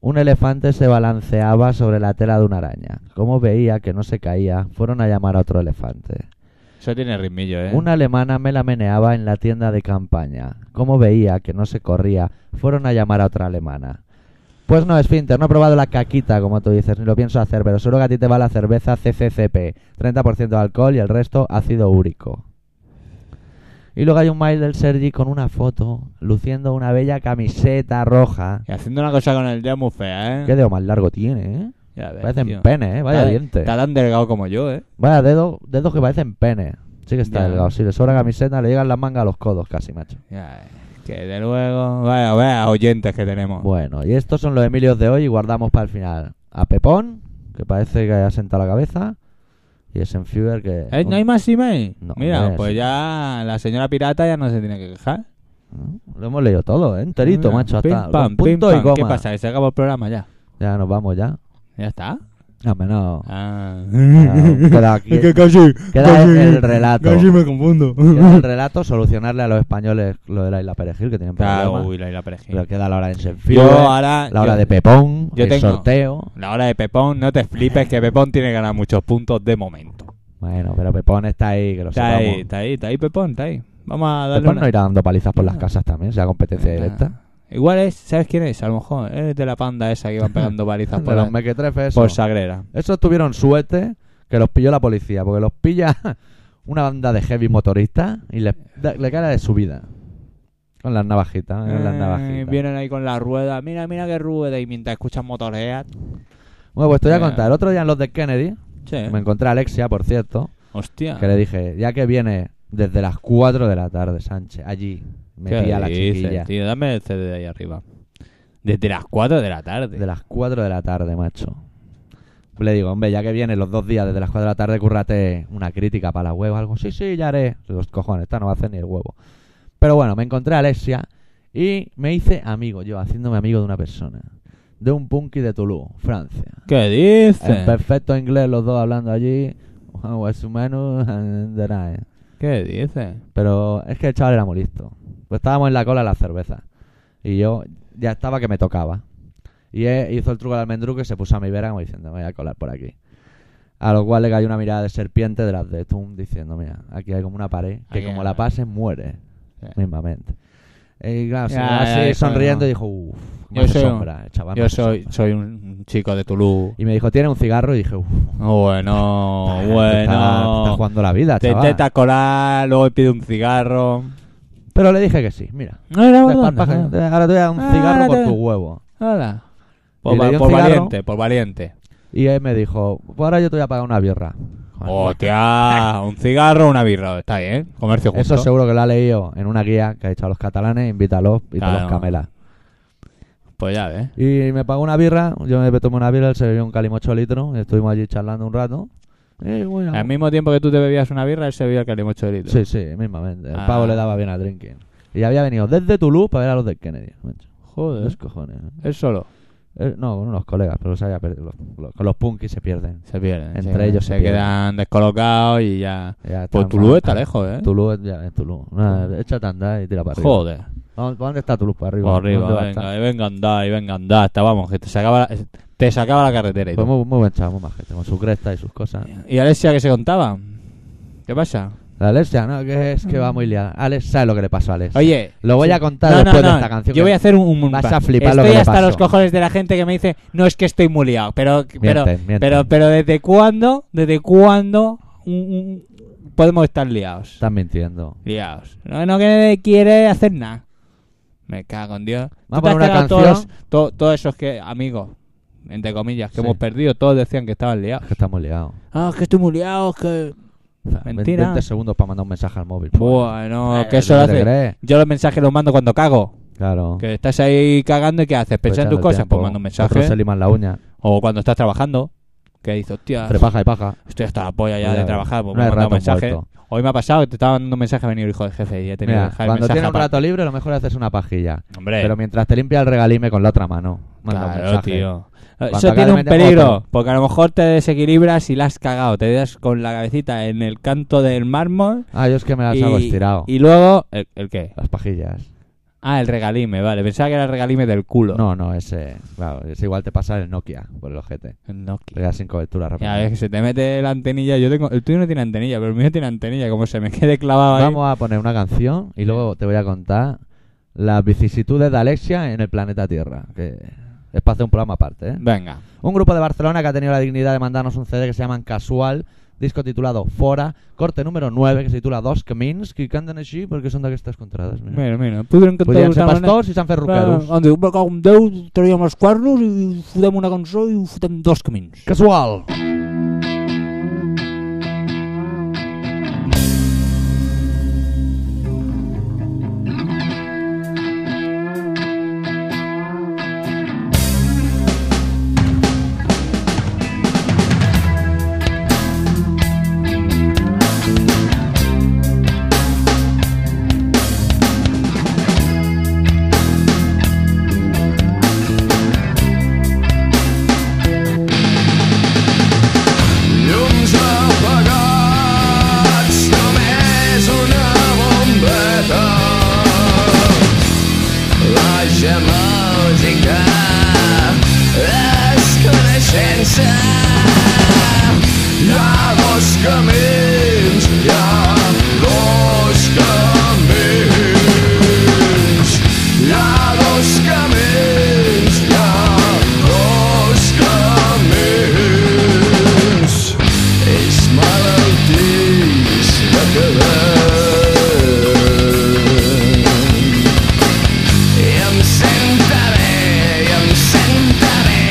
Speaker 2: Un elefante se balanceaba sobre la tela de una araña. Como veía que no se caía, fueron a llamar a otro elefante.
Speaker 1: Eso tiene ritmillo, ¿eh?
Speaker 2: Una alemana me la meneaba en la tienda de campaña. Como veía que no se corría, fueron a llamar a otra alemana. Pues no, Esfínter, no he probado la caquita, como tú dices, ni lo pienso hacer, pero seguro que a ti te va la cerveza CCCP. 30% de alcohol y el resto ácido úrico. Y luego hay un mail del Sergi con una foto, luciendo una bella camiseta roja.
Speaker 1: Y haciendo una cosa con el dedo muy fea, ¿eh?
Speaker 2: Qué dedo más largo tiene, ¿eh?
Speaker 1: Ya ves,
Speaker 2: Parecen
Speaker 1: tío.
Speaker 2: pene, ¿eh? Vaya
Speaker 1: Está-
Speaker 2: diente.
Speaker 1: Está tan delgado como yo, ¿eh?
Speaker 2: Vaya dedo, dedos que parecen pene. Sí que está
Speaker 1: Ya.
Speaker 2: delgado. Si le sobra camiseta, le llegan las mangas a los codos casi, macho.
Speaker 1: Ya, eh, que de luego... Vaya, vaya oyentes que tenemos.
Speaker 2: Bueno, y estos son los Emilios de hoy y guardamos para el final a Pepón, que parece que ha sentado la cabeza, y es Enfuer que...
Speaker 1: Eh, ¿No hay más email?
Speaker 2: No,
Speaker 1: Mira,
Speaker 2: hombre,
Speaker 1: pues
Speaker 2: sí.
Speaker 1: ya la señora pirata ya no se tiene que quejar.
Speaker 2: Lo hemos leído todo, ¿eh? enterito,
Speaker 1: Mira,
Speaker 2: macho, hasta
Speaker 1: pim,
Speaker 2: con
Speaker 1: pam, pim,
Speaker 2: punto y
Speaker 1: pam.
Speaker 2: coma.
Speaker 1: ¿Qué pasa? Que se acabó el programa ya.
Speaker 2: Ya nos vamos ya.
Speaker 1: ¿Ya está?
Speaker 2: No, hombre, no.
Speaker 1: Ah.
Speaker 2: Claro, queda aquí-
Speaker 1: Es que casi,
Speaker 2: queda
Speaker 1: casi-
Speaker 2: el relato.
Speaker 1: Casi me confundo.
Speaker 2: Queda el relato, solucionarle a los españoles lo de la isla Perejil, que tienen
Speaker 1: Claro,
Speaker 2: problemas.
Speaker 1: uy, la isla perejil.
Speaker 2: Pero queda la hora de Ensenfibre,
Speaker 1: Yo ahora...
Speaker 2: la hora
Speaker 1: yo-
Speaker 2: de Pepón,
Speaker 1: yo
Speaker 2: el
Speaker 1: tengo-
Speaker 2: sorteo...
Speaker 1: La hora de Pepón, no te flipes que Pepón tiene que ganar muchos puntos de momento.
Speaker 2: Bueno, pero Pepón está ahí, que lo
Speaker 1: Está
Speaker 2: sepamos.
Speaker 1: ahí, está ahí, está ahí Pepón, está ahí. Vamos a darle
Speaker 2: Pepón
Speaker 1: una- Pues
Speaker 2: no irá dando palizas por las
Speaker 1: Ah.
Speaker 2: casas también, sea competencia directa.
Speaker 1: Igual es, ¿sabes quién es? A lo mejor es de la panda esa que iban pegando balizas
Speaker 2: De
Speaker 1: por,
Speaker 2: los
Speaker 1: la-
Speaker 2: mequetrefes, eso.
Speaker 1: por Sagrera.
Speaker 2: Esos tuvieron suerte que los pilló la policía, porque los pilla una banda de heavy motoristas y les da- le cae la de subida. Con las navajitas, eh, las
Speaker 1: Eh,
Speaker 2: navajitas.
Speaker 1: vienen ahí con la rueda. Mira, mira qué rueda. Y mientras escuchan motorear.
Speaker 2: Bueno, pues te voy a
Speaker 1: Bien.
Speaker 2: contar. El otro día en los de Kennedy,
Speaker 1: Che,
Speaker 2: me encontré a Alexia, por cierto,
Speaker 1: hostia.
Speaker 2: que le dije, ya que viene desde las 4 de la tarde, Sánchez, allí, metí a la
Speaker 1: dices,
Speaker 2: chiquilla.
Speaker 1: tío? Dame el CD de ahí arriba. Desde las 4 de la tarde.
Speaker 2: De las 4 de la tarde, macho. Le digo, hombre, ya que viene los dos días desde las 4 de la tarde, cúrrate una crítica para la web o algo. Sí, sí, ya haré. Los cojones, esta no va a hacer ni el huevo. Pero bueno, me encontré a Alexia y me hice amigo, yo, haciéndome amigo de una persona. De un punky de Toulouse, Francia.
Speaker 1: ¿Qué dices?
Speaker 2: En perfecto inglés, los dos hablando allí. What's humano and the night.
Speaker 1: ¿Qué dices?
Speaker 2: Pero es que el chaval era muy listo. Pues estábamos en la cola de la cerveza. Y yo ya estaba que me tocaba. Y él hizo el truco del almendruco y se puso a mi vera como diciendo, me voy a colar por aquí. A lo cual le cayó una mirada de serpiente de las de Tum diciendo, mira, aquí hay como una pared que
Speaker 1: Aquí
Speaker 2: como
Speaker 1: hay-
Speaker 2: la pases muere.
Speaker 1: Ya.
Speaker 2: Mismamente. Y claro, se
Speaker 1: Ya,
Speaker 2: quedó
Speaker 1: ya,
Speaker 2: así
Speaker 1: eso
Speaker 2: sonriendo
Speaker 1: no.
Speaker 2: y dijo, uff,
Speaker 1: Yo soy un-
Speaker 2: sombra, el chaval. me
Speaker 1: Yo
Speaker 2: hace
Speaker 1: soy,
Speaker 2: sombra".
Speaker 1: soy un chico de Toulouse.
Speaker 2: Y me dijo, tiene un cigarro y dije, uff,
Speaker 1: Bueno,
Speaker 2: está, está
Speaker 1: Oh, bueno.
Speaker 2: jugando la vida,
Speaker 1: Te
Speaker 2: chaval.
Speaker 1: intenta colar, luego pide un cigarro.
Speaker 2: Pero le dije que sí, mira.
Speaker 1: No era
Speaker 2: desparpaja, Ahora te voy a dar un
Speaker 1: Ah,
Speaker 2: cigarro
Speaker 1: ahora
Speaker 2: por
Speaker 1: te-
Speaker 2: tu huevo.
Speaker 1: Hola.
Speaker 2: Y
Speaker 1: Por,
Speaker 2: le
Speaker 1: va-
Speaker 2: dio un
Speaker 1: por
Speaker 2: cigarro.
Speaker 1: valiente, por valiente.
Speaker 2: Y él me dijo, pues ahora yo te voy a pagar una birra.
Speaker 1: Oh, Hostia, un cigarro, una birra. Está bien, comercio justo.
Speaker 2: Eso seguro que lo ha leído en una guía que ha hecho a los catalanes, invítalos y te
Speaker 1: Claro.
Speaker 2: los camelas.
Speaker 1: Pues ya ves.
Speaker 2: Y me pagó una birra, yo me tomé una birra, él se bebió un calimocho litro, y estuvimos allí charlando un rato. Y bueno,
Speaker 1: Al mismo tiempo que tú te bebías una birra, él se bebía el calimocho de litro.
Speaker 2: sí, sí, mismamente. El pavo
Speaker 1: Ah.
Speaker 2: le daba bien a drinking. Y había venido desde Toulouse para ver a los de Kennedy. macho. Dos
Speaker 1: Joder.
Speaker 2: cojones. ¿eh?
Speaker 1: Él solo.
Speaker 2: Eh, No, con unos colegas, pero se había perdido. Los, los- con los punkis se pierden.
Speaker 1: Se pierden.
Speaker 2: Entre
Speaker 1: se-
Speaker 2: ellos
Speaker 1: se,
Speaker 2: se pierden.
Speaker 1: quedan descolocados y ya.
Speaker 2: Ya
Speaker 1: Pues
Speaker 2: están-
Speaker 1: Toulouse está lejos, ¿eh?
Speaker 2: Toulouse, ya es Toulouse. Nada, échate a andar y tira para arriba.
Speaker 1: Joder.
Speaker 2: ¿Dónde dónde está Toulouse? Para arriba.
Speaker 1: Por
Speaker 2: ¿Dónde va
Speaker 1: arriba,
Speaker 2: a estar?
Speaker 1: venga, y venga, andá, y venga, andá. Hasta vamos, que te sacaba, la- te sacaba la carretera. Y,
Speaker 2: Fue
Speaker 1: todo.
Speaker 2: Pues muy, muy buen chaval, muy majete, con su cresta y sus cosas.
Speaker 1: ¿Y Alexia que se contaba. ¿Qué pasa?
Speaker 2: La Alexia, no, que es que va muy liada. Alex sabe lo que le pasó a Alex.
Speaker 1: Oye,
Speaker 2: Lo voy
Speaker 1: sí.
Speaker 2: a contar
Speaker 1: No, no,
Speaker 2: Pues después
Speaker 1: no.
Speaker 2: de esta canción.
Speaker 1: Yo
Speaker 2: que
Speaker 1: voy a hacer un, un
Speaker 2: Vas
Speaker 1: pa-
Speaker 2: a flipar lo
Speaker 1: Estoy
Speaker 2: que le
Speaker 1: hasta
Speaker 2: pasó.
Speaker 1: los cojones de la gente que me dice, "No es que estoy muy liado", pero pero
Speaker 2: Mienten, mienten.
Speaker 1: pero pero desde cuándo? ¿Desde cuándo un- un- podemos estar liados?
Speaker 2: Estás mintiendo.
Speaker 1: Liados. No, no que quiere hacer nada. Me cago en Dios.
Speaker 2: Vamos a
Speaker 1: ¿Tú te has
Speaker 2: poner una
Speaker 1: quedado
Speaker 2: canción.
Speaker 1: Todos, to- todos esos que amigos entre comillas que
Speaker 2: Sí.
Speaker 1: hemos perdido, todos decían que estaban liados.
Speaker 2: Es que estamos liados.
Speaker 1: Ah, es que estoy muy liado, es que
Speaker 2: O sea,
Speaker 1: Mentira.
Speaker 2: 20 segundos para mandar un mensaje al móvil.
Speaker 1: bueno,
Speaker 2: Eh,
Speaker 1: que eso
Speaker 2: ¿tú
Speaker 1: lo
Speaker 2: qué te
Speaker 1: hace.
Speaker 2: crees?
Speaker 1: Yo los mensajes los mando cuando cago.
Speaker 2: Claro.
Speaker 1: Que estás ahí cagando y ¿qué haces? Pensar en tus
Speaker 2: Aprovechando el
Speaker 1: cosas,
Speaker 2: Oh. tiempo.
Speaker 1: pues manda un
Speaker 2: Otros se
Speaker 1: mensaje.
Speaker 2: liman la uña.
Speaker 1: O cuando estás trabajando, que dices, hostia,
Speaker 2: Entre paja y paja.
Speaker 1: estoy hasta la polla ya
Speaker 2: Cuidado.
Speaker 1: de trabajar, pues
Speaker 2: No
Speaker 1: me
Speaker 2: hay
Speaker 1: Ah, pues manda un
Speaker 2: rato
Speaker 1: mensaje.
Speaker 2: muerto.
Speaker 1: Hoy me ha pasado que te estaba mandando un mensaje, ha venido el hijo del jefe y he tenido que
Speaker 2: Mira,
Speaker 1: dejar el
Speaker 2: cuando
Speaker 1: mensaje
Speaker 2: tienes un
Speaker 1: aparte.
Speaker 2: rato libre, lo mejor es haces una pajilla.
Speaker 1: Hombre,
Speaker 2: Pero mientras te limpia el regalime con la otra mano, manda un
Speaker 1: claro,
Speaker 2: mensaje.
Speaker 1: tío.
Speaker 2: Cuando
Speaker 1: Eso
Speaker 2: acabe
Speaker 1: tiene
Speaker 2: de
Speaker 1: un
Speaker 2: meter
Speaker 1: peligro,
Speaker 2: otro.
Speaker 1: porque a lo mejor te desequilibras y la has cagado. Te das con la cabecita en el canto del mármol
Speaker 2: Ah, yo es que me las hago
Speaker 1: y,
Speaker 2: estirado.
Speaker 1: y luego... ¿El, el qué?
Speaker 2: Las pajillas.
Speaker 1: Ah, el regalime, vale. Pensaba que era el regalime del culo.
Speaker 2: No, no, ese. Claro, ese igual te pasa el Nokia por el ojete.
Speaker 1: El Nokia.
Speaker 2: Te quedas sin cobertura
Speaker 1: Ya
Speaker 2: rápido.
Speaker 1: ves que se te mete la antenilla. Yo tengo, el tuyo no tiene antenilla, pero el mío tiene antenilla. Como se me quede clavado ahí.
Speaker 2: Vamos a poner una canción y luego te voy a contar las vicisitudes de Alexia en el planeta Tierra. Que es para hacer un programa aparte, ¿eh?
Speaker 1: Venga.
Speaker 2: Un grupo de Barcelona que ha tenido la dignidad de mandarnos un CD que se llaman Casual disco titulado Fora, corte número 9 que se titula Dos Camins, que canten així perquè són d'aquestes contrades. Mira.
Speaker 1: Mira, mira, podrien cantar
Speaker 2: Podrien ser
Speaker 1: d'una manera-
Speaker 2: pastors i s'han fet
Speaker 1: Claro,
Speaker 2: roqueros.
Speaker 1: on diu, "Me cago en Déu, traiem els cuernos i fotem una cançó i fotem dos camins.
Speaker 2: Casual.
Speaker 3: Llums apagats, només una bombeta. La gemàgica és coneixença. Hi ha dos camins, hi ha dos camins. Hi ha dos camins, hi ha dos camins. És malaltís de quedar. I em sentaré, i em sentaré.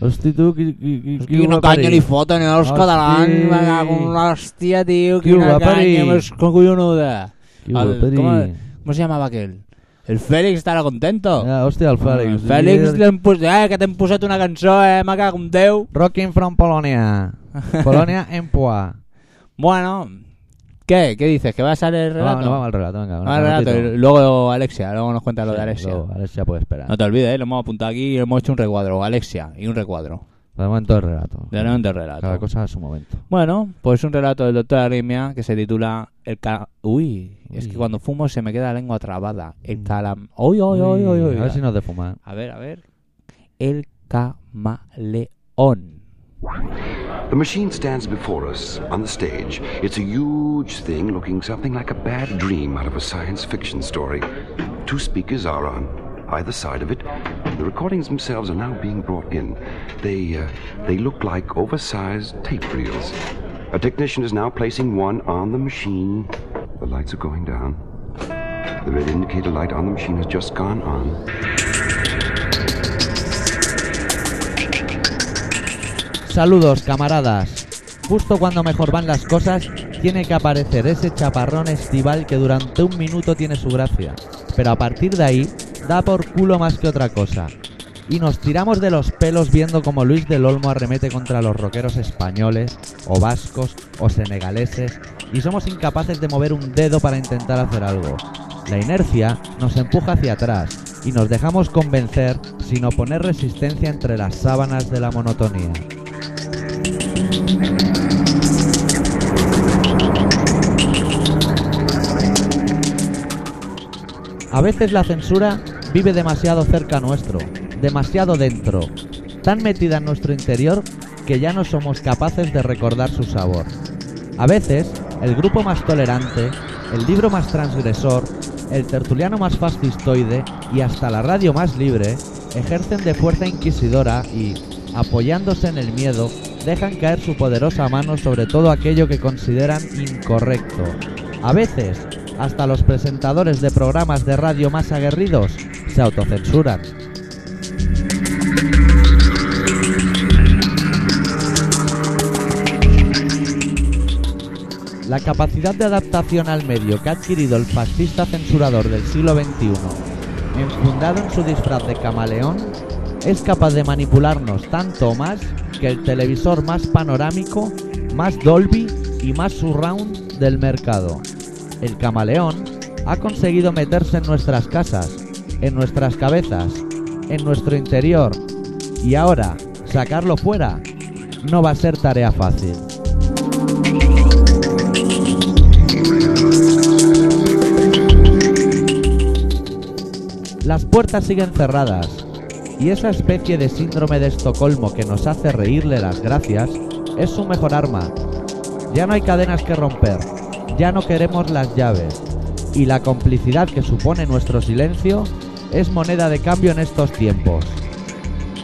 Speaker 2: Hosti, tu, qui, qui, qui, qui
Speaker 1: Quina
Speaker 2: ho va
Speaker 1: canya
Speaker 2: parir?
Speaker 1: li foten eh, els
Speaker 2: Hosti.
Speaker 1: catalans, me cago en l'hòstia, tio,
Speaker 2: Qui ho
Speaker 1: quina
Speaker 2: va parir?
Speaker 1: canya més collonuda.
Speaker 2: Qui ho va
Speaker 1: El-
Speaker 2: parir?
Speaker 1: com- ¿Cómo se llamaba aquel? El Félix estará contento.
Speaker 2: Ah, hòstia, el Fèlix.
Speaker 1: Oh. El Fèlix li han pos... eh, que t'hem posat una cançó, eh, me cago en Déu.
Speaker 2: Rocking from Polonia. Polonia en Poa.
Speaker 1: Bueno, ¿qué? ¿Qué dices? ¿Que va a salir el relato?
Speaker 2: Vamos, vamos al relato, venga.
Speaker 1: Ahora el relato, y luego Alexia, luego nos cuenta lo de Alexia.
Speaker 2: Alexia puede esperar.
Speaker 1: No te olvides, ¿eh? lo hemos apuntado aquí y hemos hecho un recuadro. Alexia y un recuadro.
Speaker 2: De momento el relato.
Speaker 1: De momento el relato.
Speaker 2: Cada cosa a su momento.
Speaker 1: Bueno, pues un relato del doctor Arrimia que se titula El ca... Uy, es
Speaker 2: Uy.
Speaker 1: que cuando fumo se me queda la lengua trabada. El
Speaker 2: Mm.
Speaker 1: calam... Uy, uy, uy, uy, uy.
Speaker 2: A ver si nos de fumar.
Speaker 1: A ver, a ver. El camaleón.
Speaker 4: The machine stands before us on the stage. It's a huge thing looking something like a bad dream out of a science fiction story. Two speakers are on either side of it. The recordings themselves are now being brought in. They uh, they look like oversized tape reels. A technician is now placing one on the machine. The lights are going down. The red indicator light on the machine has just gone on.
Speaker 2: Saludos, camaradas. Justo cuando mejor van las cosas, tiene que aparecer ese chaparrón estival que durante un minuto tiene su gracia. Pero a partir de ahí, da por culo más que otra cosa. Y nos tiramos de los pelos viendo como Luis del Olmo arremete contra los rockeros españoles, o vascos, o senegaleses, y somos incapaces de mover un dedo para intentar hacer algo. La inercia nos empuja hacia atrás y nos dejamos convencer sin oponer resistencia entre las sábanas de la monotonía. A veces la censura vive demasiado cerca nuestro, demasiado dentro, tan metida en nuestro interior que ya no somos capaces de recordar su sabor. A veces, el grupo más tolerante, el libro más transgresor, el tertuliano más fascistoide y hasta la radio más libre ejercen de fuerza inquisidora y, apoyándose en el miedo, dejan caer su poderosa mano sobre todo aquello que consideran incorrecto. A veces, hasta los presentadores de programas de radio más aguerridos se autocensuran. La capacidad de adaptación al medio que ha adquirido el fascista censurador del siglo XXI, enfundado en su disfraz de camaleón, es capaz de manipularnos tanto o más que el televisor más panorámico, más Dolby y más surround del mercado. El camaleón ha conseguido meterse en nuestras casas, en nuestras cabezas, en nuestro interior y ahora sacarlo fuera no va a ser tarea fácil. Las puertas siguen cerradas y esa especie de síndrome de Estocolmo que nos hace reírle las gracias es su mejor arma. Ya no hay cadenas que romper, ya no queremos las llaves y la complicidad que supone nuestro silencio es moneda de cambio en estos tiempos.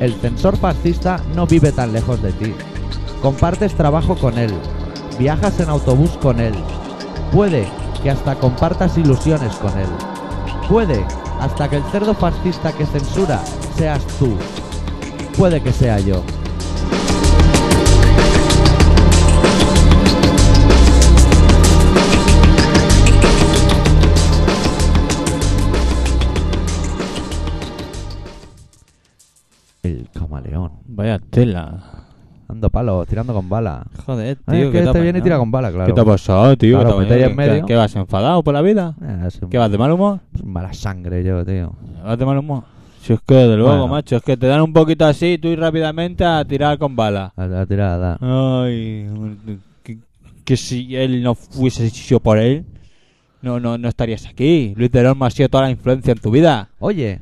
Speaker 2: El censor fascista no vive tan lejos de ti. Compartes trabajo con él, viajas en autobús con él, puede que hasta compartas ilusiones con él. Puede hasta que el cerdo fascista que censura seas tú. Puede que sea yo. El camaleón.
Speaker 1: Vaya tela.
Speaker 2: Ando palo, tirando con bala.
Speaker 1: Joder, tío.
Speaker 2: Ay, es
Speaker 1: ¿qué
Speaker 2: que
Speaker 1: te ha
Speaker 2: este viene y
Speaker 1: pasado?
Speaker 2: tira con bala, claro.
Speaker 1: ¿Qué te ha pasado, tío?
Speaker 2: Claro,
Speaker 1: ¿Qué te ha
Speaker 2: meter
Speaker 1: pasado?
Speaker 2: en medio.
Speaker 1: ¿Qué, qué vas enfadado por la vida?
Speaker 2: Eh, es un-
Speaker 1: ¿Qué vas de mal humor?
Speaker 2: es mala sangre yo, tío.
Speaker 1: ¿Vas de mal humor? Si es que, de luego,
Speaker 2: Bueno.
Speaker 1: macho, es que te dan un poquito así tú y rápidamente a tirar con bala.
Speaker 2: A la tirada.
Speaker 1: Ay, que, que si él no fuese hecho por él, no, no, no estarías aquí. Luis de Olmo ha sido toda la influencia en tu vida.
Speaker 2: Oye,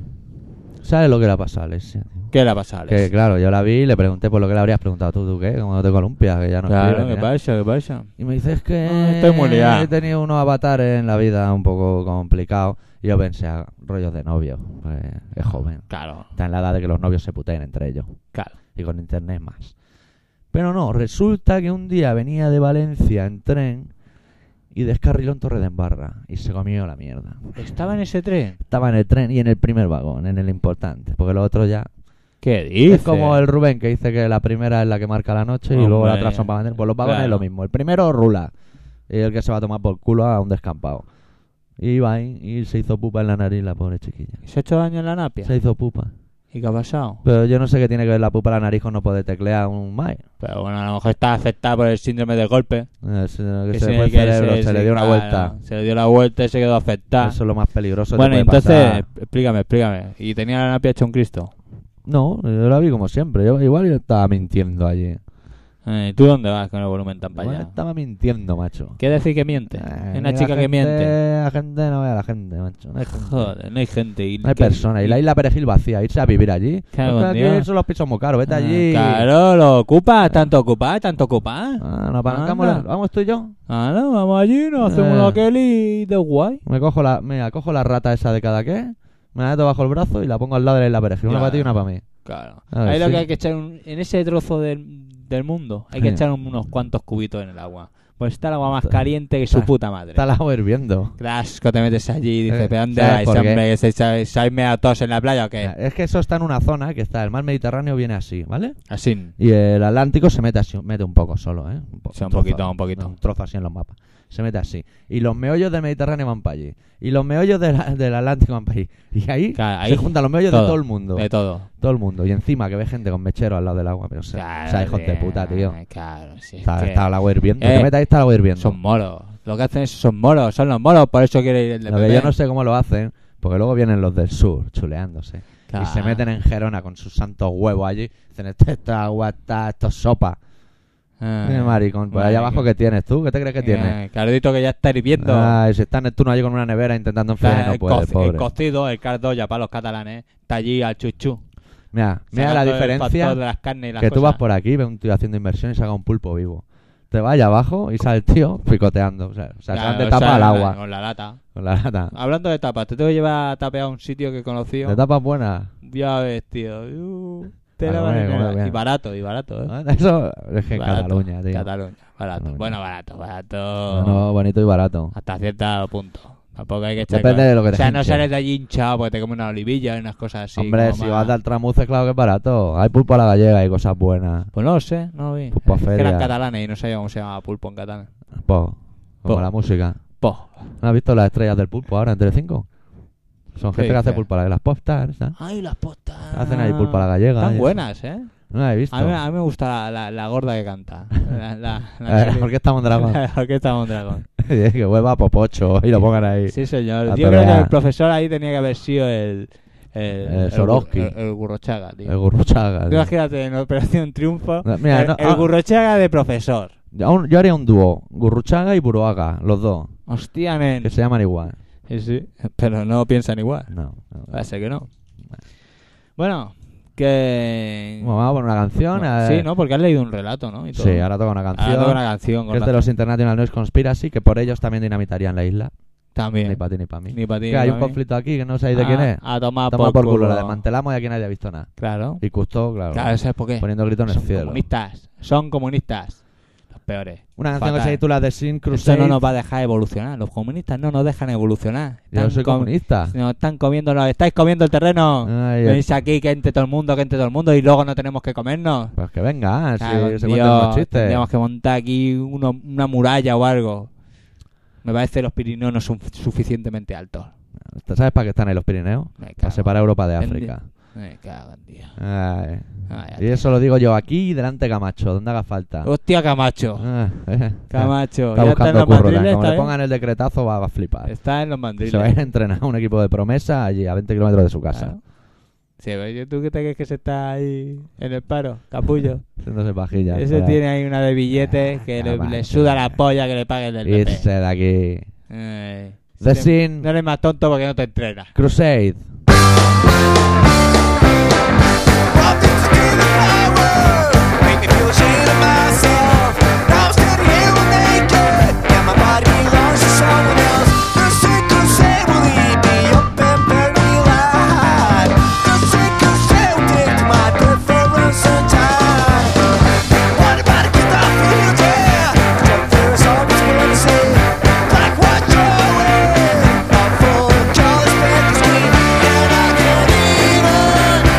Speaker 2: ¿sabes lo que le ha pasado a Alexia?
Speaker 1: ¿Qué le ha pasado, Alex?
Speaker 2: Que claro, yo la vi y le pregunté por lo que le habrías preguntado tú, ¿tú qué? Como no te columpias, que ya no
Speaker 1: claro,
Speaker 2: escribes,
Speaker 1: ¿qué
Speaker 2: ya.
Speaker 1: pasa? ¿Qué pasa?
Speaker 2: Y me dices que
Speaker 1: Ah, estoy muy liado.
Speaker 2: he tenido unos avatares en la vida un poco complicados. Y yo pensé, ah, rollos de novio. pues, es joven.
Speaker 1: Claro,
Speaker 2: Está en la edad de que los novios se puteen entre ellos.
Speaker 1: claro.
Speaker 2: Y con internet más. Pero no, resulta que un día venía de Valencia en tren y descarriló en Torre de Embarra. Y se comió la mierda.
Speaker 1: ¿Estaba en ese tren?
Speaker 2: Estaba en el tren y en el primer vagón, en el importante. Porque los otros ya
Speaker 1: ¿Qué dices?
Speaker 2: Es como el Rubén que dice que la primera es la que marca la noche y luego la
Speaker 1: Hombre.
Speaker 2: otra son para vender. Pues los vagones
Speaker 1: Claro.
Speaker 2: es lo mismo. El primero rula. Y el que se va a tomar por culo a un descampado. Y iba ahí y se hizo pupa en la nariz la pobre chiquilla.
Speaker 1: ¿Se ha hecho daño en la napia?
Speaker 2: Se hizo pupa.
Speaker 1: ¿Y qué ha pasado?
Speaker 2: Pero yo no sé qué tiene que ver la pupa en la nariz con no poder teclear un mai.
Speaker 1: Pero bueno, a lo mejor está afectada por el síndrome del golpe.
Speaker 2: Eh, sino que
Speaker 1: Que
Speaker 2: se
Speaker 1: sí,
Speaker 2: le fue el
Speaker 1: que
Speaker 2: cerebro,
Speaker 1: se-
Speaker 2: se
Speaker 1: sí,
Speaker 2: le dio una
Speaker 1: claro,
Speaker 2: vuelta.
Speaker 1: Se le dio la vuelta y se quedó afectada.
Speaker 2: Eso es lo más peligroso. que
Speaker 1: bueno,
Speaker 2: puede
Speaker 1: entonces,
Speaker 2: pasar.
Speaker 1: explícame, explícame. ¿Y tenía la napia hecho un Cristo?
Speaker 2: No, yo la vi como siempre. Yo, igual yo estaba mintiendo allí.
Speaker 1: Eh, ¿Tú dónde vas con el volumen tan para
Speaker 2: Igual
Speaker 1: allá?
Speaker 2: estaba mintiendo, macho.
Speaker 1: ¿Qué decir que miente?
Speaker 2: Eh,
Speaker 1: es una
Speaker 2: la
Speaker 1: chica que
Speaker 2: gente-
Speaker 1: miente.
Speaker 2: La gente no ve a la gente, macho. No hay, gente.
Speaker 1: Joder, no hay gente. Y
Speaker 2: No hay
Speaker 1: que-
Speaker 2: personas. Y la isla Perejil vacía. Irse a vivir allí.
Speaker 1: Cago
Speaker 2: Porque
Speaker 1: en
Speaker 2: aquí
Speaker 1: Dios.
Speaker 2: son los pisos muy caros. Vete
Speaker 1: Ah,
Speaker 2: allí.
Speaker 1: Claro, lo ocupas, tanto ocupas, tanto ocupas.
Speaker 2: Ah, nos apalancamos. la-
Speaker 1: Anda.
Speaker 2: Vamos tú y yo.
Speaker 1: Ah, no, vamos allí, nos hacemos
Speaker 2: Eh.
Speaker 1: la Kelly de guay.
Speaker 2: Me cojo la, mira, cojo la rata esa de cada qué. Me la meto bajo el brazo y la pongo al lado de la isla Perejil. Una
Speaker 1: Ya.
Speaker 2: para ti y una para mí.
Speaker 1: Claro.
Speaker 2: A ver,
Speaker 1: Ahí lo
Speaker 2: sí.
Speaker 1: que hay que echar un- en ese trozo del, del mundo, hay que
Speaker 2: Sí.
Speaker 1: echar unos cuantos cubitos en el agua. Pues está el agua más caliente que su
Speaker 2: está-
Speaker 1: puta madre.
Speaker 2: Está el agua hirviendo.
Speaker 1: Qué asco, te metes allí y dices,
Speaker 2: Eh,
Speaker 1: ¿pero dónde
Speaker 2: ¿sabes
Speaker 1: vais,
Speaker 2: por qué? Eh,
Speaker 1: hombre? ¿Que se- se- ¿Sabéis me a todos en la playa o qué?
Speaker 2: Es que eso está en una zona que está. El mar Mediterráneo viene así, ¿vale?
Speaker 1: Así.
Speaker 2: Y el Atlántico se mete así, mete un poco solo, ¿eh? po-
Speaker 1: Sí, un
Speaker 2: trozo,
Speaker 1: poquito, un poquito.
Speaker 2: Un trozo así en los mapas. Se mete así. Y los meollos del Mediterráneo van para allí. Y los meollos del, del Atlántico van para allí. Y ahí,
Speaker 1: Claro, ahí
Speaker 2: se juntan los meollos
Speaker 1: todo,
Speaker 2: de todo el mundo.
Speaker 1: De todo.
Speaker 2: todo el mundo. Y encima que ve gente con mechero al lado del agua. Pero, o sea,
Speaker 1: Claro,
Speaker 2: o sea, hijos de
Speaker 1: tío.
Speaker 2: puta, tío.
Speaker 1: Claro, sí. es
Speaker 2: Está,
Speaker 1: que
Speaker 2: está el agua hirviendo.
Speaker 1: Eh,
Speaker 2: Te metes ahí, está el agua hirviendo.
Speaker 1: Son moros. Lo que hacen esos son moros, son los moros, por eso quiere ir el de
Speaker 2: Lo que
Speaker 1: PP.
Speaker 2: yo no sé cómo lo hacen, porque luego vienen los del sur chuleándose.
Speaker 1: Claro.
Speaker 2: Y se meten en Gerona con sus santos huevos allí. Dicen, "Este- esta agua está, esto es sopa.
Speaker 1: Ah.
Speaker 2: Eh, maricón, por allá
Speaker 1: Madre
Speaker 2: abajo, ¿qué tienes tú? ¿Qué te crees que tienes?
Speaker 1: Eh, Cardito que ya está hirviendo.
Speaker 2: Ay, si está Neptuno allí con una nevera intentando enfriar,
Speaker 1: Está
Speaker 2: no
Speaker 1: el,
Speaker 2: puede,
Speaker 1: co- el
Speaker 2: pobre.
Speaker 1: cocido, el cardoya para los catalanes, está allí al chuchú.
Speaker 2: Mira, mira la
Speaker 1: sacando el
Speaker 2: diferencia
Speaker 1: factor de las carnes y las
Speaker 2: que tú
Speaker 1: cosas.
Speaker 2: vas por aquí, ves un tío haciendo inversión y saca un pulpo vivo. Te vas allá abajo y sale el tío picoteando. O sea, o sea, se
Speaker 1: Claro,
Speaker 2: han de
Speaker 1: o
Speaker 2: tapa
Speaker 1: sea,
Speaker 2: al agua
Speaker 1: Con la Ah, lata.
Speaker 2: con la lata.
Speaker 1: Hablando de tapas, te tengo que llevar a tapear a un sitio que conocí.
Speaker 2: De tapas buenas.
Speaker 1: Ya ves, tío. Uh,
Speaker 2: Ah,
Speaker 1: te la
Speaker 2: come,
Speaker 1: van a
Speaker 2: come,
Speaker 1: negar.
Speaker 2: come.
Speaker 1: Y barato, y barato, ¿eh?
Speaker 2: Eso es que en
Speaker 1: Barato,
Speaker 2: Ah, Cataluña, tío.
Speaker 1: Cataluña, barato.
Speaker 2: Cataluña.
Speaker 1: Bueno, barato, barato.
Speaker 2: No, bonito y barato.
Speaker 1: Hasta cierto punto. Tampoco hay que echar.
Speaker 2: Depende
Speaker 1: cosas.
Speaker 2: de lo que
Speaker 1: Ah,
Speaker 2: te
Speaker 1: O sea, no
Speaker 2: hinche.
Speaker 1: sales de allí hinchado porque te comes una olivilla y unas cosas así.
Speaker 2: Hombre,
Speaker 1: como
Speaker 2: si
Speaker 1: más-
Speaker 2: vas al tramuce, claro que es barato. Hay pulpo a la gallega y cosas buenas.
Speaker 1: Pues no lo sé, no lo vi.
Speaker 2: Pulpo
Speaker 1: Es que
Speaker 2: feria.
Speaker 1: eran catalanes y no sabía cómo se llamaba pulpo en catalán.
Speaker 2: Po, como
Speaker 1: Po.
Speaker 2: la música.
Speaker 1: Po.
Speaker 2: ¿No has visto las estrellas del pulpo ahora entre cinco? Son
Speaker 1: ¿Qué
Speaker 2: gente que hace
Speaker 1: dices?
Speaker 2: pulpo a la las popstars, ¿sabes?
Speaker 1: Ay, las postas.
Speaker 2: Hacen ahí pulpo a la gallega.
Speaker 1: Ah, Están
Speaker 2: y-
Speaker 1: buenas, ¿eh?
Speaker 2: No la he visto.
Speaker 1: A mí, a mí me gusta la, la- la gorda que canta. La, la, la,
Speaker 2: Eh, porque estamos drama.
Speaker 1: la orquesta Mondragón.
Speaker 2: que hueva a popocho y lo pongan ahí.
Speaker 1: Sí, señor.
Speaker 2: La
Speaker 1: Yo creo que
Speaker 2: torea.
Speaker 1: el profesor ahí tenía que haber sido el. El, el-
Speaker 2: Swarovski.
Speaker 1: El, el Gurrochaga, tío.
Speaker 2: El gurruchaga.
Speaker 1: Tú Imagínate en Operación Triunfo.
Speaker 2: No, mira,
Speaker 1: el,
Speaker 2: no,
Speaker 1: el
Speaker 2: ah.
Speaker 1: Gurrochaga de profesor.
Speaker 2: Yo aún- yo haría un dúo, Gurruchaga y Buruaga, los dos,
Speaker 1: Hostia, nen.
Speaker 2: que se llaman igual.
Speaker 1: Sí, sí, pero no piensan igual.
Speaker 2: No. no, no.
Speaker 1: Parece que no. Bueno, que.
Speaker 2: Bueno, vamos a poner una canción.
Speaker 1: Bueno,
Speaker 2: a-
Speaker 1: sí, ¿no? Porque has leído un relato, ¿no? Y todo.
Speaker 2: eh. Sí, ahora toca una
Speaker 1: Ahora
Speaker 2: canción.
Speaker 1: toca una canción.
Speaker 2: que
Speaker 1: Con
Speaker 2: es de
Speaker 1: razón.
Speaker 2: los International Noise Conspiracy, que por ellos también dinamitarían la isla.
Speaker 1: También.
Speaker 2: Ni para ti ni para mí.
Speaker 1: Ni pa' ti,
Speaker 2: que
Speaker 1: ni
Speaker 2: hay
Speaker 1: pa'
Speaker 2: un
Speaker 1: mí.
Speaker 2: conflicto aquí que no sabéis de
Speaker 1: Ah,
Speaker 2: quién es.
Speaker 1: A tomar
Speaker 2: Toma por culo, la desmantelamos y aquí nadie ha visto nada.
Speaker 1: Claro.
Speaker 2: Y Custó, claro,
Speaker 1: Claro, ¿sabes por qué?
Speaker 2: poniendo el grito en el
Speaker 1: Son
Speaker 2: cielo.
Speaker 1: comunistas. Son comunistas. Los peores.
Speaker 2: Una canción que
Speaker 1: Fatal.
Speaker 2: se titula The Sin
Speaker 1: Eso
Speaker 2: Crusade.
Speaker 1: no nos va a dejar evolucionar. Los comunistas no nos dejan evolucionar.
Speaker 2: Yo
Speaker 1: Están
Speaker 2: soy
Speaker 1: com-
Speaker 2: comunista. Ah,
Speaker 1: Nos están comiendo, nos estáis comiendo el terreno.
Speaker 2: Ay, eh,
Speaker 1: Venís aquí, que entre todo el mundo, que entre todo el mundo, y luego no tenemos que comernos.
Speaker 2: Pues que venga,
Speaker 1: Cago
Speaker 2: si
Speaker 1: en
Speaker 2: se
Speaker 1: Dios,
Speaker 2: cuentan los chistes.
Speaker 1: Tendríamos que montar aquí uno- una muralla o algo. Me parece que los Pirineos no son suficientemente altos.
Speaker 2: ¿Tú ¿Sabes para qué están ahí los Pirineos?
Speaker 1: Me
Speaker 2: Para
Speaker 1: cago,
Speaker 2: separar Europa de
Speaker 1: Ven-
Speaker 2: África.
Speaker 1: me cago en Dios. Ah,
Speaker 2: Ay.
Speaker 1: Ay,
Speaker 2: Y eso lo digo yo aquí y delante de Camacho, donde haga falta.
Speaker 1: Hostia, Camacho.
Speaker 2: Ah, eh.
Speaker 1: Camacho.
Speaker 2: Está
Speaker 1: ya está en
Speaker 2: buscando
Speaker 1: los
Speaker 2: curro.
Speaker 1: mandriles,
Speaker 2: Como
Speaker 1: está
Speaker 2: le
Speaker 1: bien.
Speaker 2: pongan el decretazo va va a flipar.
Speaker 1: Está en los
Speaker 2: Se va a
Speaker 1: mandriles.
Speaker 2: ir a entrenar a un equipo de promesa allí a 20 kilómetros de su casa.
Speaker 1: Claro. Sí, pero ¿Tú qué te crees que se está ahí en el paro? Capullo.
Speaker 2: Haciéndose pajilla.
Speaker 1: Ese
Speaker 2: espera.
Speaker 1: tiene ahí una de billetes que le,
Speaker 2: Camacho.
Speaker 1: le suda la polla que le paguen el PP.
Speaker 2: Irse de aquí.
Speaker 1: Eh,
Speaker 2: The
Speaker 1: si te-
Speaker 2: Sin
Speaker 1: No eres más tonto porque no te entrenas.
Speaker 2: Crusade.
Speaker 5: Like what you're wearing, I'm full of jolly spanking skin, and I can't even.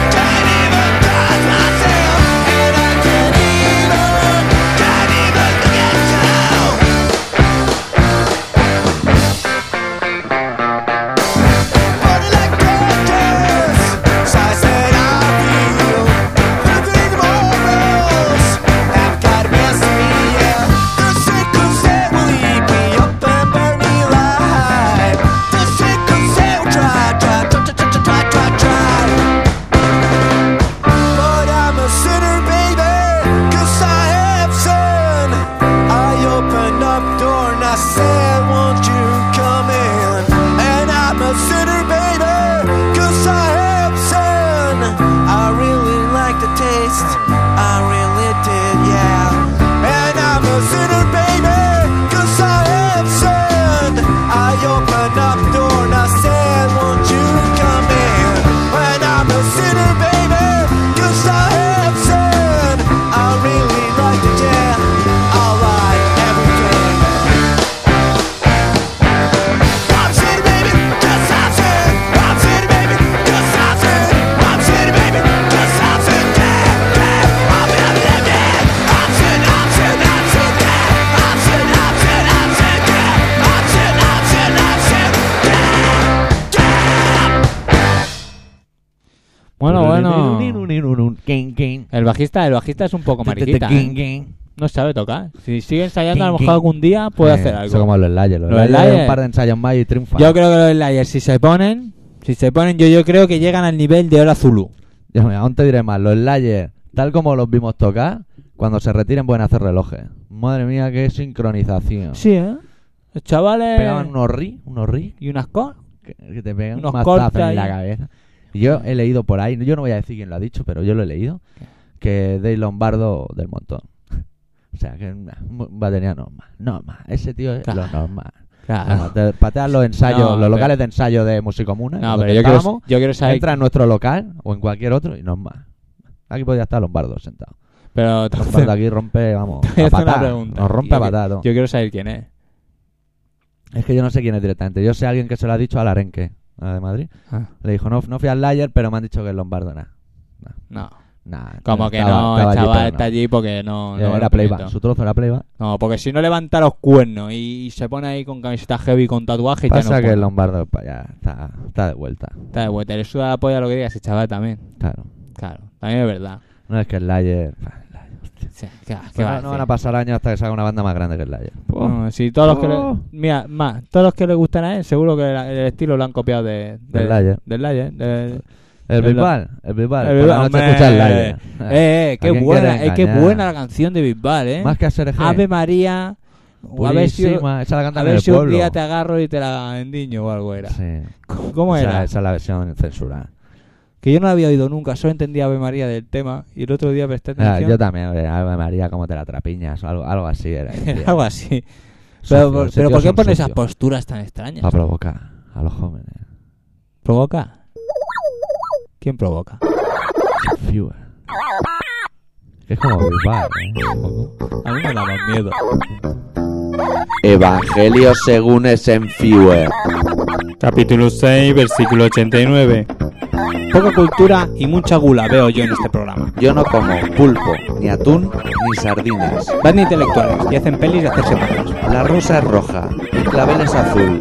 Speaker 1: bueno.
Speaker 2: Quin, quin.
Speaker 1: El bajista, el bajista es un poco mariquita.
Speaker 2: Quin,
Speaker 1: ¿eh?
Speaker 2: quin.
Speaker 1: No sabe tocar. Si sigue ensayando, a lo
Speaker 2: Tin,
Speaker 1: mejor
Speaker 2: tin.
Speaker 1: algún día puede
Speaker 2: Eh,
Speaker 1: hacer
Speaker 2: Eso
Speaker 1: algo.
Speaker 2: como los Layers. Los
Speaker 1: Los
Speaker 2: Layers llevan
Speaker 1: Layers.
Speaker 2: un par de ensayos más y triunfan.
Speaker 1: Yo creo que los Slayers, si se ponen, si se ponen, yo, yo creo que llegan al nivel de Hora Zulu.
Speaker 2: Yo, mira, aún te diré más. Los Layers, tal como los vimos tocar, cuando se retiren pueden hacer relojes. Madre mía, qué sincronización.
Speaker 1: Sí, ¿eh? Los chavales.
Speaker 2: Pegaban unos ri, unos ri,
Speaker 1: ¿Y unas cosas?
Speaker 2: que, que te pegan
Speaker 1: Unos
Speaker 2: un mazazo
Speaker 1: cortes
Speaker 2: en la
Speaker 1: ahí.
Speaker 2: cabeza. Yo he leído por ahí, yo no voy a decir quién lo ha dicho, pero yo lo he leído, que Dave Lombardo del montón. O sea, que nah, va a tener normal. Normal. Ese tío es
Speaker 1: Claro.
Speaker 2: lo normal.
Speaker 1: Claro.
Speaker 2: Te pateas los ensayos,
Speaker 1: Ah, No,
Speaker 2: los
Speaker 1: pero-
Speaker 2: locales de ensayo de Musicomuna.
Speaker 1: No,
Speaker 2: donde
Speaker 1: pero yo quiero,
Speaker 2: estábamos,
Speaker 1: yo quiero saber.
Speaker 2: Entra en nuestro local o en cualquier otro y normal. Aquí podría estar Lombardo sentado.
Speaker 1: Pero
Speaker 2: Lombardo aquí rompe, vamos,
Speaker 1: Voy a
Speaker 2: a
Speaker 1: hacer una
Speaker 2: patada.
Speaker 1: pregunta.
Speaker 2: Nos rompe a
Speaker 1: Yo que-
Speaker 2: patada. todo.
Speaker 1: Yo quiero saber quién es.
Speaker 2: Es que yo no sé quién es directamente. Yo sé a alguien que se lo ha dicho al Arenque, a la de Madrid.
Speaker 1: Ah.
Speaker 2: Le dijo, no, no fui al Layer, pero me han dicho que es Lombardo, nada.
Speaker 1: No.
Speaker 2: Nah,
Speaker 1: Como
Speaker 2: no,
Speaker 1: que
Speaker 2: estaba-
Speaker 1: no,
Speaker 2: estaba
Speaker 1: el
Speaker 2: allí,
Speaker 1: chaval
Speaker 2: pero
Speaker 1: está
Speaker 2: no.
Speaker 1: allí porque no. no
Speaker 2: Eh,
Speaker 1: va
Speaker 2: era
Speaker 1: al
Speaker 2: playback,
Speaker 1: proyecto.
Speaker 2: su trozo era playback.
Speaker 1: No, porque si no levanta los cuernos y se pone ahí con camiseta heavy con tatuaje y
Speaker 2: Pasa
Speaker 1: ya no
Speaker 2: que
Speaker 1: puede.
Speaker 2: el Lombardo pa- ya está, está de vuelta,
Speaker 1: Está de vuelta, le suda la polla lo que diga ese chaval también.
Speaker 2: claro.
Speaker 1: Claro, también es verdad.
Speaker 2: No es que el Layer... ah, el Layer.
Speaker 1: O sea, ¿qué, va- Pues, qué
Speaker 2: Pero
Speaker 1: va
Speaker 2: no,
Speaker 1: a
Speaker 2: no
Speaker 1: hacer?
Speaker 2: van a pasar años hasta que salga una banda más grande que el Layer.
Speaker 1: No, si todos los que
Speaker 2: Oh.
Speaker 1: le, mira, más, todos los que le gustan a él, seguro que la- el, estilo lo han copiado de, de-
Speaker 2: Del Layer.
Speaker 1: Del Layer. de- eh,
Speaker 2: El
Speaker 1: El
Speaker 2: Bisbal, el Bisbal.
Speaker 1: El
Speaker 2: por la
Speaker 1: Bisbal,
Speaker 2: noche
Speaker 1: hombre.
Speaker 2: escucha el Layer.
Speaker 1: eh, eh, qué
Speaker 2: ¿A quién
Speaker 1: buena,
Speaker 2: quiere
Speaker 1: eh, qué
Speaker 2: engañar?
Speaker 1: buena la canción de Bisbal, eh.
Speaker 2: Más que hacer eje.
Speaker 1: Ave María, o a ver si,
Speaker 2: Purísima, esa la
Speaker 1: a
Speaker 2: cantan en
Speaker 1: ver
Speaker 2: el
Speaker 1: si un
Speaker 2: pueblo.
Speaker 1: día te agarro y te la endiño o algo era.
Speaker 2: Sí.
Speaker 1: ¿Cómo
Speaker 2: Esa-
Speaker 1: era?
Speaker 2: Esa es la versión censurada.
Speaker 1: Que yo no la había oído nunca, solo entendía Ave María del tema y el otro día presté
Speaker 2: Ah,
Speaker 1: atención.
Speaker 2: yo también, hombre, Ave María, cómo te la trapiñas, o algo, algo así era.
Speaker 1: Era algo así.
Speaker 2: Sucio,
Speaker 1: Pero,
Speaker 2: ese
Speaker 1: pero
Speaker 2: tío
Speaker 1: ¿por
Speaker 2: es
Speaker 1: qué
Speaker 2: un
Speaker 1: pone
Speaker 2: sucio.
Speaker 1: esas posturas tan extrañas?
Speaker 2: Para provocar a los jóvenes.
Speaker 1: ¿Provoca? ¿Quién provoca?
Speaker 2: Fewer. Que es como Bisbal, ¿eh? Un poco.
Speaker 1: A mí me da más miedo.
Speaker 5: Evangelio según es en Fewer.
Speaker 6: Capítulo 6, versículo 89.
Speaker 1: Poca cultura y mucha gula veo yo en este programa.
Speaker 5: Yo no como pulpo, ni atún, ni sardinas.
Speaker 1: Van de intelectuales y hacen pelis de hacerse palos.
Speaker 5: La rosa es roja, el clavel es azul.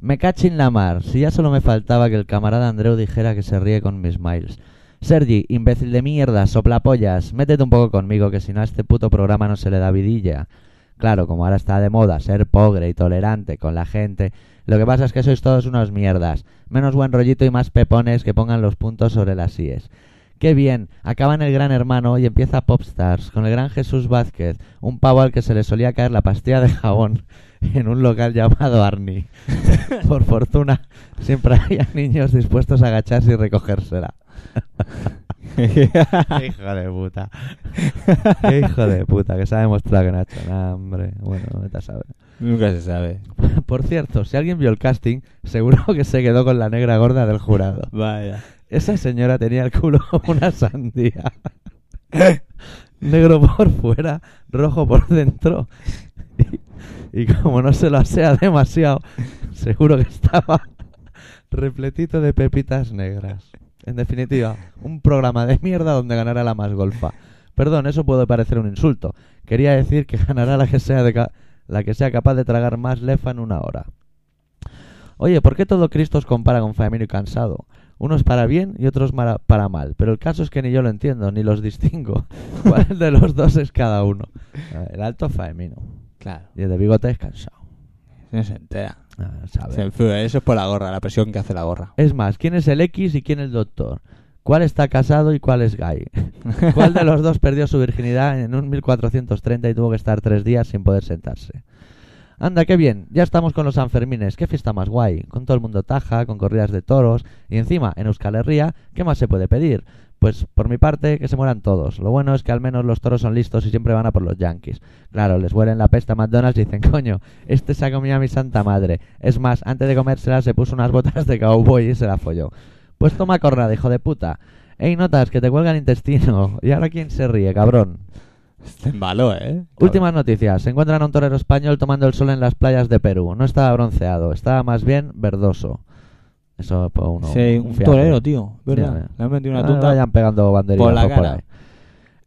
Speaker 2: Me cachin la mar. Si ya solo me faltaba que el camarada Andreu dijera que se ríe con mis miles. Sergi, imbécil de mierda, soplapollas, métete un poco conmigo que si no a este puto programa no se le da vidilla. Claro, como ahora está de moda ser pobre y tolerante con la gente, lo que pasa es que sois todos unos mierdas. Menos buen rollito y más pepones que pongan los puntos sobre las IES. Qué bien, acaban el gran hermano y empieza Popstars con el gran Jesús Vázquez, un pavo al que se le solía caer la pastilla de jabón en un local llamado Arni. Por fortuna, siempre había niños dispuestos a agacharse y recogérsela. Hijo de puta. Hijo de puta, que se ha demostrado que no ha hecho nada, hombre. Bueno, vete a saber.
Speaker 1: Nunca se sabe.
Speaker 2: Por cierto, si alguien vio el casting, seguro que se quedó con la negra gorda del jurado.
Speaker 1: Vaya.
Speaker 2: Esa señora tenía el culo como una sandía. Negro por fuera, rojo por dentro. Y, y como no se lo asea demasiado, seguro que estaba repletito de pepitas negras. En definitiva, un programa de mierda donde ganará la más golfa. Perdón, eso puede parecer un insulto. Quería decir que ganará la que sea, de ca- la que sea capaz de tragar más lefa en una hora. Oye, ¿por qué todo Cristo os compara con Faemino y Cansado? Unos para bien y otros mara- para mal. Pero el caso es que ni yo lo entiendo, ni los distingo. ¿Cuál de los dos es cada uno? A ver, El alto Faemino.
Speaker 1: Claro.
Speaker 2: Y el de bigote es cansado.
Speaker 1: No se entera.
Speaker 2: Ah, sabe.
Speaker 1: Se enfría. Eso es por la gorra, la presión que hace la gorra.
Speaker 2: Es más, ¿quién es el X y quién el doctor? ¿Cuál está casado y cuál es gay? ¿Cuál de los dos perdió su virginidad en un 1430 y tuvo que estar tres días sin poder sentarse? Anda, qué bien, ya estamos con los Sanfermines, qué fiesta más guay, con todo el mundo taja, con corridas de toros, y encima, en Euskal Herria, ¿qué más se puede pedir? Pues por mi parte, que se mueran todos. Lo bueno es que al menos los toros son listos y siempre van a por los yankees. Claro, les huelen la pesta a McDonald's y dicen, coño, este se ha comido a mi santa madre. Es más, antes de comérsela se puso unas botas de cowboy y se la folló. Pues toma cornada, hijo de puta. Ey, notas que te cuelga el intestino. ¿Y ahora quién se ríe, cabrón?
Speaker 1: Este malo, ¿eh?
Speaker 2: Últimas noticias. Se encuentran a un torero español tomando el sol en las playas de Perú. No estaba bronceado, estaba más bien verdoso. Eso fue uno.
Speaker 1: Sí, un
Speaker 2: fiasco.
Speaker 1: torero, tío. ¿verdad?
Speaker 2: Ya, ya.
Speaker 1: Le han metido una
Speaker 2: Ah,
Speaker 1: tunda.
Speaker 2: vayan pegando banderillas
Speaker 1: por la
Speaker 2: por
Speaker 1: cara.
Speaker 2: ahí.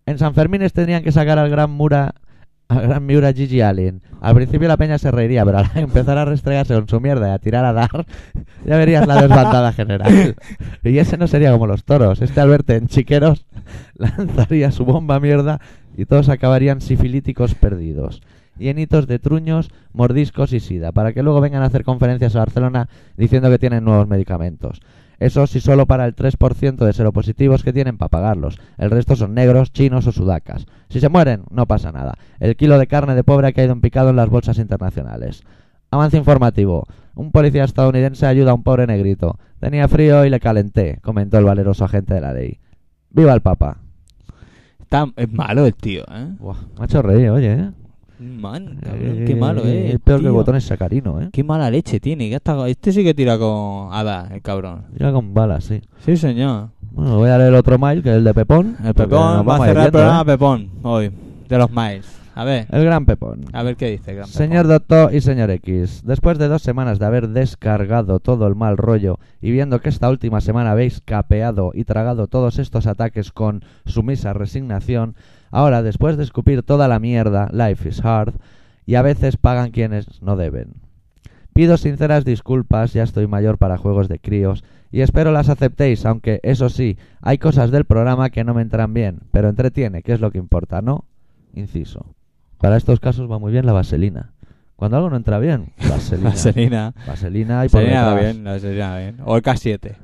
Speaker 2: En San Fermín tendrían que sacar al gran Mura al gran Miura Gigi Allen. Al principio la peña se reiría, pero al empezar a restregarse con su mierda y a tirar a dar, ya verías la desbandada general. Y ese no sería como los toros. Este al verte en chiqueros lanzaría su bomba mierda y todos acabarían sifilíticos perdidos. Llenitos de truños, mordiscos y sida, para que luego vengan a hacer conferencias a Barcelona diciendo que tienen nuevos medicamentos. Eso sí solo para el 3% de seropositivos que tienen para pagarlos. El resto son negros, chinos o sudacas. Si se mueren, no pasa nada. El kilo de carne de pobre ha caído en picado en las bolsas internacionales. Avance informativo. Un policía estadounidense ayuda a un pobre negrito. Tenía frío y le calenté, comentó el valeroso agente de la ley. ¡Viva el Papa!
Speaker 1: Está- es malo el tío, ¿eh?
Speaker 2: Buah, me ha hecho reír, oye, ¿eh?
Speaker 1: Man, cabrón, qué malo, ¿eh?
Speaker 2: Es peor que
Speaker 1: tío.
Speaker 2: el botón es sacarino, ¿eh?
Speaker 1: Qué mala leche tiene. que hasta- Este sí que tira con Ada, el cabrón.
Speaker 2: Yo con balas, sí.
Speaker 1: Sí, señor.
Speaker 2: Bueno, voy a leer otro mail, que es el de Pepón.
Speaker 1: El
Speaker 2: porque Eh,
Speaker 1: Pepón
Speaker 2: nos
Speaker 1: va a
Speaker 2: vamos
Speaker 1: cerrar el
Speaker 2: yendo,
Speaker 1: programa
Speaker 2: ¿eh?
Speaker 1: Pepón hoy, de los Miles. A ver,
Speaker 2: El gran Pepón.
Speaker 1: a ver qué dice. el gran
Speaker 2: Señor Doctor y señor X, después de dos semanas de haber descargado todo el mal rollo y viendo que esta última semana habéis capeado y tragado todos estos ataques con sumisa resignación, ahora después de escupir toda la mierda, life is hard, y a veces pagan quienes no deben. Pido sinceras disculpas, ya estoy mayor para juegos de críos, y espero las aceptéis, aunque eso sí, hay cosas del programa que no me entran bien, pero entretiene, que es lo que importa, ¿no? Inciso. Para estos casos va muy bien la vaselina. Cuando algo no entra bien,
Speaker 1: Pepón.
Speaker 2: vaselina.
Speaker 1: Vaselina.
Speaker 2: Vaselina y por
Speaker 1: Vaselina va
Speaker 2: detrás,
Speaker 1: bien, la Vaselina va bien. O el K7.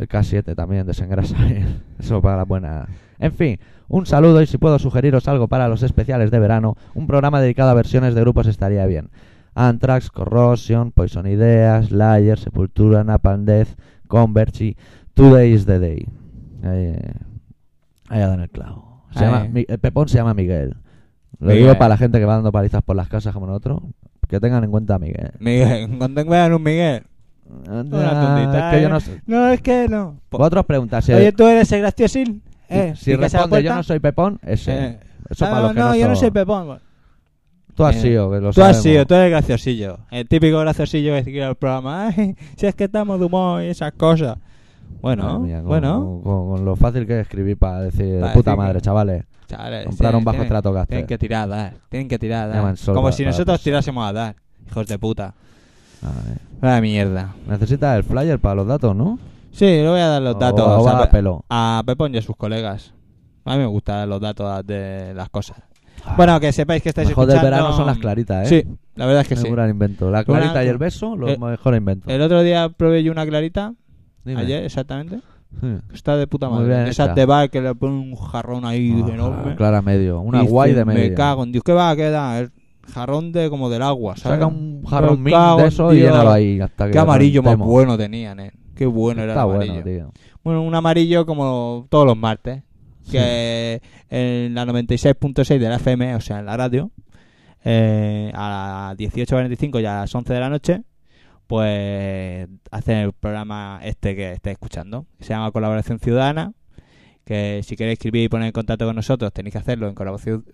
Speaker 2: El K7 también desengrasa bien. Eso para la buena. En fin, un saludo y si puedo sugeriros algo para los especiales de verano, un programa dedicado a versiones de grupos estaría bien. Anthrax, Corrosion, Poison Ideas, Slayer, Sepultura, Napalm Death, Converge y Today is the Day. Ahí, eh, ahí ha dado en el clavo. Se
Speaker 1: Ahí.
Speaker 2: llama Mi- el Pepón se llama Miguel. Lo
Speaker 1: Miguel.
Speaker 2: digo para la gente que va dando palizas por las casas como nosotros, que tengan en cuenta a Miguel.
Speaker 1: Miguel, cuando vean un Miguel. Una
Speaker 2: Ah,
Speaker 1: tontita,
Speaker 2: es que yo
Speaker 1: eh.
Speaker 2: no sé.
Speaker 1: No, es que no. Po-
Speaker 2: Vosotros preguntáis si-
Speaker 1: Oye, tú eres el graciosín. Eh,
Speaker 2: si
Speaker 1: picas a la
Speaker 2: responde yo
Speaker 1: puerta.
Speaker 2: no soy Pepón, ese.
Speaker 1: Eh,
Speaker 2: Eso
Speaker 1: no,
Speaker 2: para los que
Speaker 1: no,
Speaker 2: no,
Speaker 1: yo no
Speaker 2: son-
Speaker 1: soy Pepón.
Speaker 2: Tú has
Speaker 1: Eh,
Speaker 2: sido, que lo
Speaker 1: Tú has
Speaker 2: sabemos.
Speaker 1: sido, tú eres el graciosillo. El típico graciosillo que quiere el programa. Ay, si es que estamos de humor y esas cosas. Bueno,
Speaker 2: Madre mía, con,
Speaker 1: bueno.
Speaker 2: Con, con lo fácil que es escribir para decir,
Speaker 1: Para
Speaker 2: puta
Speaker 1: decir que-
Speaker 2: madre, chavales.
Speaker 1: Chavales,
Speaker 2: Compraron
Speaker 1: sí,
Speaker 2: bajo
Speaker 1: tienen-
Speaker 2: trato gasto. eh.
Speaker 1: Tienen que tirar a dar, tienen que tirar a dar.
Speaker 2: Llaman sol
Speaker 1: Como
Speaker 2: para-
Speaker 1: si
Speaker 2: para
Speaker 1: nosotros
Speaker 2: pasar.
Speaker 1: tirásemos a dar, hijos de puta.
Speaker 2: A ver.
Speaker 1: La mierda.
Speaker 2: Necesitas el flyer para los datos, ¿no?
Speaker 1: Sí, le voy a dar los
Speaker 2: O-
Speaker 1: datos
Speaker 2: o
Speaker 1: a,
Speaker 2: Oh, a
Speaker 1: Pe-
Speaker 2: pelo.
Speaker 1: a Pepón y a sus colegas. A mí me gustan los datos de las cosas. Bueno, que sepáis que estáis
Speaker 2: Mejor del
Speaker 1: escuchando...
Speaker 2: verano son las claritas, ¿eh?
Speaker 1: Sí, la verdad es que
Speaker 2: Es
Speaker 1: sí.
Speaker 2: un gran invento. La
Speaker 1: Gran-
Speaker 2: clarita y el beso, los
Speaker 1: Eh,
Speaker 2: mejores inventos.
Speaker 1: El otro día probé yo una clarita,
Speaker 2: Dime.
Speaker 1: ayer exactamente.
Speaker 2: Sí.
Speaker 1: Está de puta
Speaker 2: Muy
Speaker 1: madre.
Speaker 2: bien
Speaker 1: Esas
Speaker 2: hecha.
Speaker 1: de bar que le ponen un jarrón ahí
Speaker 2: Ah,
Speaker 1: enorme.
Speaker 2: Clara medio. Una
Speaker 1: Dice,
Speaker 2: guay de medio.
Speaker 1: Me cago en Dios. ¿Qué va a quedar? El jarrón de como del agua, ¿sabes?
Speaker 2: Saca un
Speaker 1: Me
Speaker 2: jarrón mil
Speaker 1: cago
Speaker 2: de
Speaker 1: en
Speaker 2: eso y
Speaker 1: Dios.
Speaker 2: llénalo ahí. Hasta que
Speaker 1: Qué amarillo más
Speaker 2: reventemos.
Speaker 1: bueno tenían, eh. Qué bueno era
Speaker 2: Está
Speaker 1: el
Speaker 2: bueno,
Speaker 1: amarillo.
Speaker 2: tío.
Speaker 1: bueno, un amarillo como todos los martes. Que en la 96.6 de la FM, o sea, en la radio, eh, a las 18.45 y a las 11 de la noche, pues hacen el programa este que estáis escuchando. que se llama Colaboración Ciudadana. Que si queréis escribir y poner en contacto con nosotros, tenéis que hacerlo en colaboración-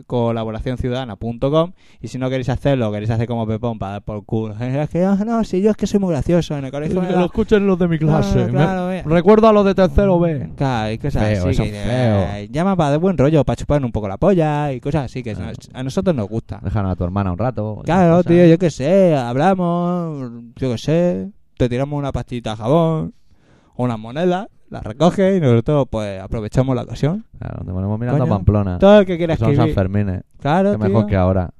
Speaker 1: colaboracionciudadana.com. Y si no queréis hacerlo, queréis hacer como Pepón para dar por culo. Es que, "Ah, no, si yo es que soy muy gracioso en el colegio. me da-
Speaker 2: escuchen los de mi
Speaker 1: clase. claro, Me- eh.
Speaker 2: Recuerdo a los de tercero B.
Speaker 1: Claro, y cosas
Speaker 2: Feo,
Speaker 1: así.
Speaker 2: eso
Speaker 1: que,
Speaker 2: es
Speaker 1: eh, llama para de buen rollo, para chupar un poco la polla y cosas así que
Speaker 2: Ah.
Speaker 1: nos- a nosotros nos gusta.
Speaker 2: Dejaron a tu hermana un rato.
Speaker 1: Claro,
Speaker 2: O sea,
Speaker 1: tío, yo qué sé, hablamos, yo qué sé, te tiramos una pastillita de jabón o unas monedas, las recoges y nosotros pues aprovechamos la ocasión.
Speaker 2: Claro, te ponemos mirando
Speaker 1: Coño.
Speaker 2: a Pamplona.
Speaker 1: Todo el que quiera
Speaker 2: Ah, que Son San
Speaker 1: escribir.
Speaker 2: Fermines.
Speaker 1: Claro,
Speaker 2: Que
Speaker 1: tío.
Speaker 2: mejor que ahora.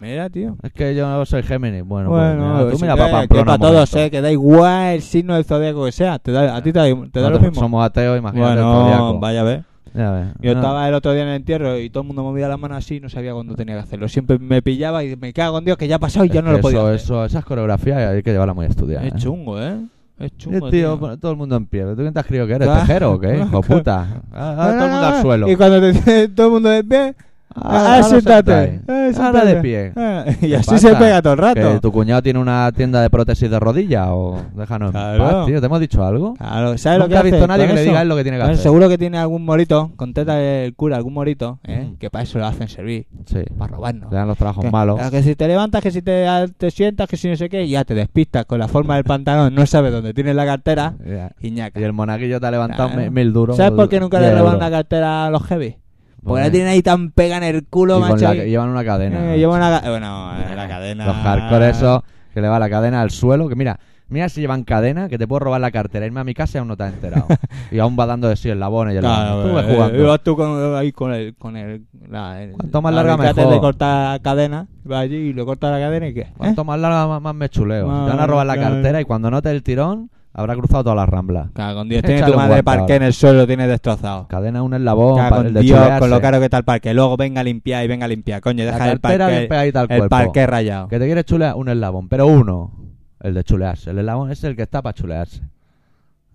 Speaker 1: Mira, tío.
Speaker 2: Es que yo no soy Géminis. Bueno, pues
Speaker 1: Bueno,
Speaker 2: mira, tú
Speaker 1: si
Speaker 2: mira
Speaker 1: que-
Speaker 2: para
Speaker 1: que para
Speaker 2: Pamplona. un momento.
Speaker 1: todos, eh, que da igual el signo del zodiaco que sea, te da, a ti te da, te da lo
Speaker 2: Nosotros
Speaker 1: mismo.
Speaker 2: Somos ateos, imagínate el
Speaker 1: bueno,
Speaker 2: zodiaco.
Speaker 1: vaya a ver.
Speaker 2: Ya ves.
Speaker 1: Yo
Speaker 2: No.
Speaker 1: estaba el otro día en el entierro y todo el mundo me movía la mano así y no sabía cuándo tenía que hacerlo. Siempre me pillaba y me cago en Dios que ya ha pasado y
Speaker 2: Es
Speaker 1: ya no
Speaker 2: que
Speaker 1: lo podía
Speaker 2: Eso,
Speaker 1: hacer.
Speaker 2: eso, esas coreografías hay que llevarlas muy estudiadas.
Speaker 1: Es
Speaker 2: ¿eh?
Speaker 1: chungo, ¿eh? Es chungo, tío.
Speaker 2: Eh, tío, pon- todo el mundo en pie. ¿Tú quién te has creído que eres?
Speaker 1: Claro.
Speaker 2: ¿Tejero o qué? Hijo puta. Ah, ah,
Speaker 1: No,
Speaker 2: todo
Speaker 1: no,
Speaker 2: el mundo
Speaker 1: no.
Speaker 2: al suelo. Ah,
Speaker 1: Y cuando te todo el mundo de pie, "Ah,
Speaker 2: Ahora- ahora
Speaker 1: siéntate.
Speaker 2: sentáis.
Speaker 1: eh,
Speaker 2: Ahora de
Speaker 1: siéntate.
Speaker 2: pie.
Speaker 1: Eh, y
Speaker 2: ¿Qué
Speaker 1: así
Speaker 2: pasa?
Speaker 1: se pega todo el
Speaker 2: ¿Que
Speaker 1: rato.
Speaker 2: ¿Tu cuñado tiene una tienda de prótesis de rodilla o déjanos en
Speaker 1: Claro.
Speaker 2: paz, tío? ¿Te hemos dicho algo?
Speaker 1: Claro, ¿sabes lo que
Speaker 2: Nunca he
Speaker 1: hace
Speaker 2: visto a nadie
Speaker 1: con
Speaker 2: que le
Speaker 1: eso?
Speaker 2: diga él lo que tiene que
Speaker 1: Bueno,
Speaker 2: hacer.
Speaker 1: Seguro que tiene algún morito, con teta del cura, algún morito, ¿eh?
Speaker 2: Mm.
Speaker 1: que para eso lo hacen servir,
Speaker 2: Sí.
Speaker 1: para robarnos.
Speaker 2: Le dan los trabajos
Speaker 1: Que-
Speaker 2: malos.
Speaker 1: Eh, Que si te levantas, que si te, te sientas, que si no sé qué, y ya te despistas con la forma del pantalón, no sabes dónde tienes la cartera,
Speaker 2: Ya.
Speaker 1: y ñaca.
Speaker 2: Y el monaguillo te ha levantado
Speaker 1: Claro.
Speaker 2: mi- mil duros.
Speaker 1: ¿Sabes por qué nunca le
Speaker 2: diez
Speaker 1: roban
Speaker 2: euros.
Speaker 1: la cartera a los heavy? Porque la
Speaker 2: Porque-
Speaker 1: tienen ahí tan pega en el
Speaker 2: Y
Speaker 1: culo,
Speaker 2: con
Speaker 1: macho.
Speaker 2: la-
Speaker 1: y-
Speaker 2: llevan una cadena.
Speaker 1: eh, llevan la, ca- bueno, eh, la cadena.
Speaker 2: Los hardcore esos que le va la cadena al suelo. Que mira, mira si llevan cadena, que te puedo robar la cartera. Irme a mi casa y aún no te has enterado. y aún va dando de sí el labón y el
Speaker 1: Claro,
Speaker 2: labón. Tú ves
Speaker 1: eh,
Speaker 2: jugando.
Speaker 1: ibas tú con, ahí con el. Con el, la, el-
Speaker 2: Cuanto más
Speaker 1: la
Speaker 2: larga,
Speaker 1: alicate
Speaker 2: mejor.
Speaker 1: de cortar la cadena. Va allí y le corta la cadena y qué. ¿Eh?
Speaker 2: Cuanto más larga, más, más me chuleo.
Speaker 1: Ah,
Speaker 2: te van a robar la
Speaker 1: claro.
Speaker 2: cartera y cuando note el tirón, habrá cruzado todas las ramblas.
Speaker 1: Claro, con Dios. Tiene tu
Speaker 2: Échale un
Speaker 1: madre
Speaker 2: guante ahora.
Speaker 1: parque en el suelo, tiene destrozado.
Speaker 2: Cadena, un eslabón,
Speaker 1: Cago
Speaker 2: para el
Speaker 1: en
Speaker 2: de
Speaker 1: Dios,
Speaker 2: chulearse.
Speaker 1: con lo caro que está el parque. Luego venga a limpiar y venga a limpiar. Coño,
Speaker 2: La
Speaker 1: deja el
Speaker 2: cartera bien
Speaker 1: parque.
Speaker 2: pegadita al
Speaker 1: El
Speaker 2: cuerpo.
Speaker 1: parque rayado.
Speaker 2: Que te quieres chulear, un eslabón, pero uno. El de chulearse. El eslabón es el que está para chulearse.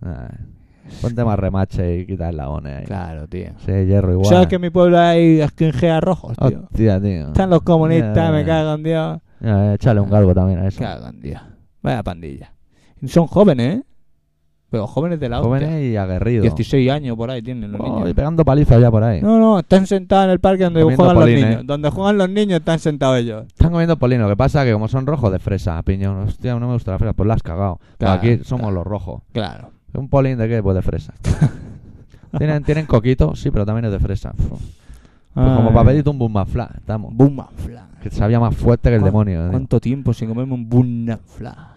Speaker 2: Ah, Ponte más remache y quita eslabones ahí.
Speaker 1: Claro, tío. Oh.
Speaker 2: Sí, hierro igual.
Speaker 1: ¿Sabes que en mi pueblo hay skinhead rojos, tío?
Speaker 2: Hostia, tío.
Speaker 1: Están los Ah, comunistas,
Speaker 2: Ya,
Speaker 1: me
Speaker 2: ya.
Speaker 1: cago en Dios.
Speaker 2: Eh, échale un galgo también a eso.
Speaker 1: Me cago en Dios. Vaya pandilla. Son jóvenes, ¿eh? Pero jóvenes de la hostia.
Speaker 2: Jóvenes y aguerridos.
Speaker 1: 16 años por ahí tienen los
Speaker 2: Oh,
Speaker 1: niños.
Speaker 2: y pegando palizas ya por ahí.
Speaker 1: No, no, están sentados en el parque donde
Speaker 2: Comiendo
Speaker 1: juegan
Speaker 2: polín,
Speaker 1: los niños.
Speaker 2: ¿eh?
Speaker 1: Donde juegan los niños están sentados ellos.
Speaker 2: Están comiendo polino. Lo que pasa que como son rojos de fresa, piñón. Hostia, no me gusta la fresa. Pues la has cagado. Pero
Speaker 1: Claro,
Speaker 2: aquí somos
Speaker 1: claro.
Speaker 2: los rojos.
Speaker 1: Claro.
Speaker 2: ¿Un polín de qué? Pues de fresa. ¿Tienen, tienen coquito, sí, pero también es de fresa. Fu.
Speaker 1: Ah,
Speaker 2: Pues como
Speaker 1: eh.
Speaker 2: para pedirte un bumafla, estamos.
Speaker 1: Bunmanfla.
Speaker 2: Que sabía más fuerte que el
Speaker 1: ¿Cuán-
Speaker 2: demonio. tío.
Speaker 1: ¿Cuánto tiempo sin comerme un bunmanfla?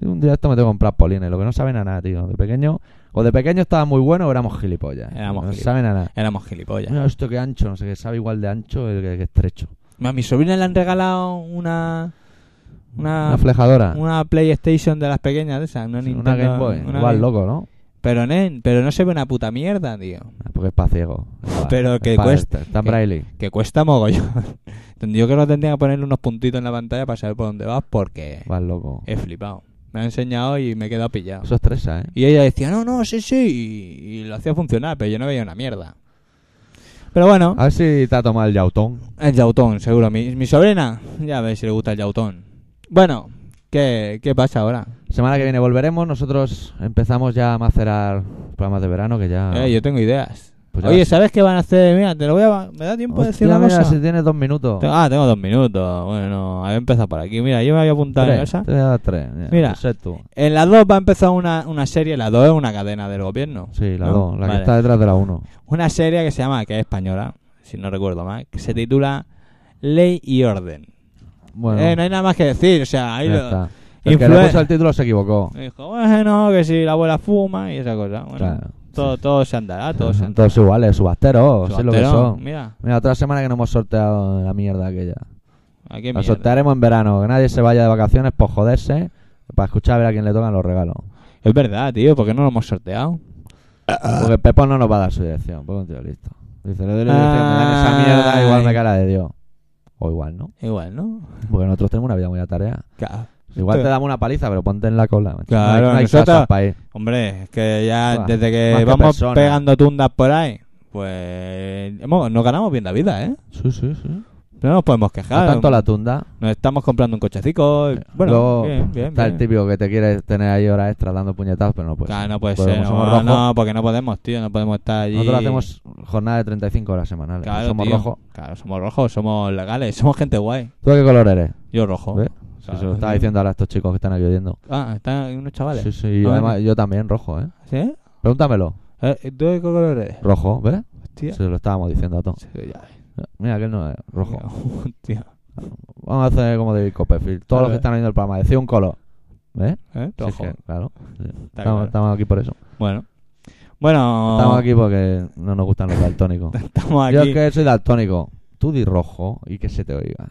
Speaker 2: Un día esto me tengo que comprar polines, lo que no saben a nada, tío. De pequeño, o de pequeño estaba muy bueno o éramos gilipollas.
Speaker 1: Éramos
Speaker 2: no
Speaker 1: gilipollas.
Speaker 2: saben a nada.
Speaker 1: Éramos gilipollas.
Speaker 2: Mira esto que ancho, no sé qué, sabe igual de ancho el que, que estrecho.
Speaker 1: A mi sobrina le han regalado una... Una...
Speaker 2: una flejadora.
Speaker 1: Ah, una PlayStation de las pequeñas de esas, no
Speaker 2: Sí, Una,
Speaker 1: Nintendo,
Speaker 2: Game Boy.
Speaker 1: una
Speaker 2: igual
Speaker 1: Game-
Speaker 2: loco, ¿no?
Speaker 1: Pero, nen, pero no se ve una puta mierda, tío.
Speaker 2: Ah, Porque es para ciego. Igual,
Speaker 1: Pero
Speaker 2: es
Speaker 1: que
Speaker 2: pa- este,
Speaker 1: cuesta-
Speaker 2: Está en
Speaker 1: que-
Speaker 2: braille.
Speaker 1: Que cuesta mogollón. Yo creo que tendría que ponerle unos puntitos en la pantalla para saber por dónde vas porque
Speaker 2: Vas loco.
Speaker 1: he flipado. Me ha enseñado y me he quedado pillado.
Speaker 2: Eso estresa, ¿eh?
Speaker 1: Y ella decía, no, no, sí, sí. Y, y lo hacía funcionar, pero yo no veía una mierda. Pero bueno,
Speaker 2: A ver si te ha tomado el yautón.
Speaker 1: el yautón, seguro. Mi, mi sobrina, ya ves si le gusta el yautón. Bueno, ¿qué, qué pasa ahora?
Speaker 2: Semana que viene volveremos. Nosotros empezamos ya a macerar programas de verano que ya.
Speaker 1: Eh, yo tengo ideas.
Speaker 2: Ah, Pues ya
Speaker 1: Oye,
Speaker 2: ves.
Speaker 1: ¿sabes qué van a hacer? Mira, te lo voy a... ¿Me da tiempo de decir
Speaker 2: Hostia,
Speaker 1: una
Speaker 2: mira,
Speaker 1: cosa?
Speaker 2: si tienes dos minutos.
Speaker 1: Te- Ah, tengo dos minutos. Bueno, había empezado por aquí. Mira, yo me había apuntado en
Speaker 2: tres,
Speaker 1: esa.
Speaker 2: te voy a dar tres. Mira,
Speaker 1: Mira.
Speaker 2: pues sé tú.
Speaker 1: En la 2 va a empezar una, una serie. La 2 es una cadena del gobierno.
Speaker 2: Sí, la
Speaker 1: ¿no?
Speaker 2: dos, la que
Speaker 1: Ah, Vale.
Speaker 2: está detrás de la uno.
Speaker 1: Una serie que se llama, que es española, si no recuerdo mal, que se titula Ley y Orden.
Speaker 2: Bueno,
Speaker 1: Eh, no hay nada más que decir. O sea, ahí
Speaker 2: ya
Speaker 1: lo-
Speaker 2: está. El que
Speaker 1: Influen-
Speaker 2: le puso el título se equivocó.
Speaker 1: Dijo, bueno, que si la abuela fuma y esa cosa. Bueno,
Speaker 2: Claro.
Speaker 1: todo, todo se andará, todo se andará.
Speaker 2: Todos iguales, subasteros, es lo que
Speaker 1: Subasterón,
Speaker 2: son.
Speaker 1: Mira,
Speaker 2: Mira, otra semana que no hemos sorteado la mierda aquella.
Speaker 1: aquí
Speaker 2: La sortearemos en verano, que nadie se vaya de vacaciones por joderse, para escuchar a ver a quién le tocan los regalos.
Speaker 1: Es verdad, tío, ¿por qué no lo hemos sorteado? Ah.
Speaker 2: Porque Pepo no nos va a dar su dirección, pues un tío listo. Dice, le doy la dirección, me dan esa mierda,
Speaker 1: Ay.
Speaker 2: igual me cae la de Dios. O igual, ¿no?
Speaker 1: Igual, ¿no?
Speaker 2: Porque nosotros tenemos una vida muy atareada.
Speaker 1: Claro.
Speaker 2: Igual
Speaker 1: Esto-
Speaker 2: te damos una paliza, pero ponte en la cola. macho.
Speaker 1: Claro,
Speaker 2: no hay, no hay
Speaker 1: nosotros-
Speaker 2: casas para ir.
Speaker 1: Hombre, es que ya
Speaker 2: Buah,
Speaker 1: desde
Speaker 2: más
Speaker 1: que
Speaker 2: que
Speaker 1: vamos
Speaker 2: personas.
Speaker 1: pegando tundas por ahí, pues hemos- nos ganamos bien la vida, ¿eh?
Speaker 2: Sí, sí, sí.
Speaker 1: No nos podemos quejar.
Speaker 2: tanto la tunda.
Speaker 1: Nos estamos comprando un cochecico. y- Bueno,
Speaker 2: Luego
Speaker 1: bien, bien.
Speaker 2: está el
Speaker 1: bien.
Speaker 2: típico que te quiere tener ahí horas extras dando puñetazos, pero no puede
Speaker 1: Claro,
Speaker 2: ser.
Speaker 1: no puede
Speaker 2: Porque
Speaker 1: ser.
Speaker 2: como somos
Speaker 1: No,
Speaker 2: rojos,
Speaker 1: no, porque no podemos, tío. No podemos estar allí.
Speaker 2: Nosotros hacemos jornada de 35 horas semanales.
Speaker 1: Claro,
Speaker 2: somos
Speaker 1: tío.
Speaker 2: rojos.
Speaker 1: Claro, somos rojos, somos legales, somos gente guay.
Speaker 2: ¿Tú de qué color eres?
Speaker 1: Yo rojo.
Speaker 2: ¿Ves? Sí,
Speaker 1: Claro,
Speaker 2: se lo estaba
Speaker 1: tío.
Speaker 2: diciendo ahora a estos chicos que están aquí oyendo.
Speaker 1: Ah, están unos chavales.
Speaker 2: Sí, sí,
Speaker 1: Ah,
Speaker 2: además yo también, rojo, ¿eh?
Speaker 1: ¿Sí?
Speaker 2: Pregúntamelo.
Speaker 1: Eh, ¿Tú de qué color eres?
Speaker 2: Rojo, ¿ves?
Speaker 1: Hostia.
Speaker 2: Se lo estábamos diciendo a todos.
Speaker 1: Sí, ya ves.
Speaker 2: Mira, que él no es rojo.
Speaker 1: Tío.
Speaker 2: Vamos a hacer como David Copperfield. Todos
Speaker 1: A
Speaker 2: los que
Speaker 1: ver.
Speaker 2: están oyendo el programa, decía un color. ¿Ves?
Speaker 1: ¿Eh?
Speaker 2: Sí,
Speaker 1: Rojo.
Speaker 2: es que, claro. Sí. Estamos,
Speaker 1: Está claro.
Speaker 2: estamos aquí por eso.
Speaker 1: Bueno. Bueno.
Speaker 2: Estamos aquí porque no nos gustan los daltónicos.
Speaker 1: Estamos aquí.
Speaker 2: Yo es que soy daltónico. Tú di rojo y que se te oiga.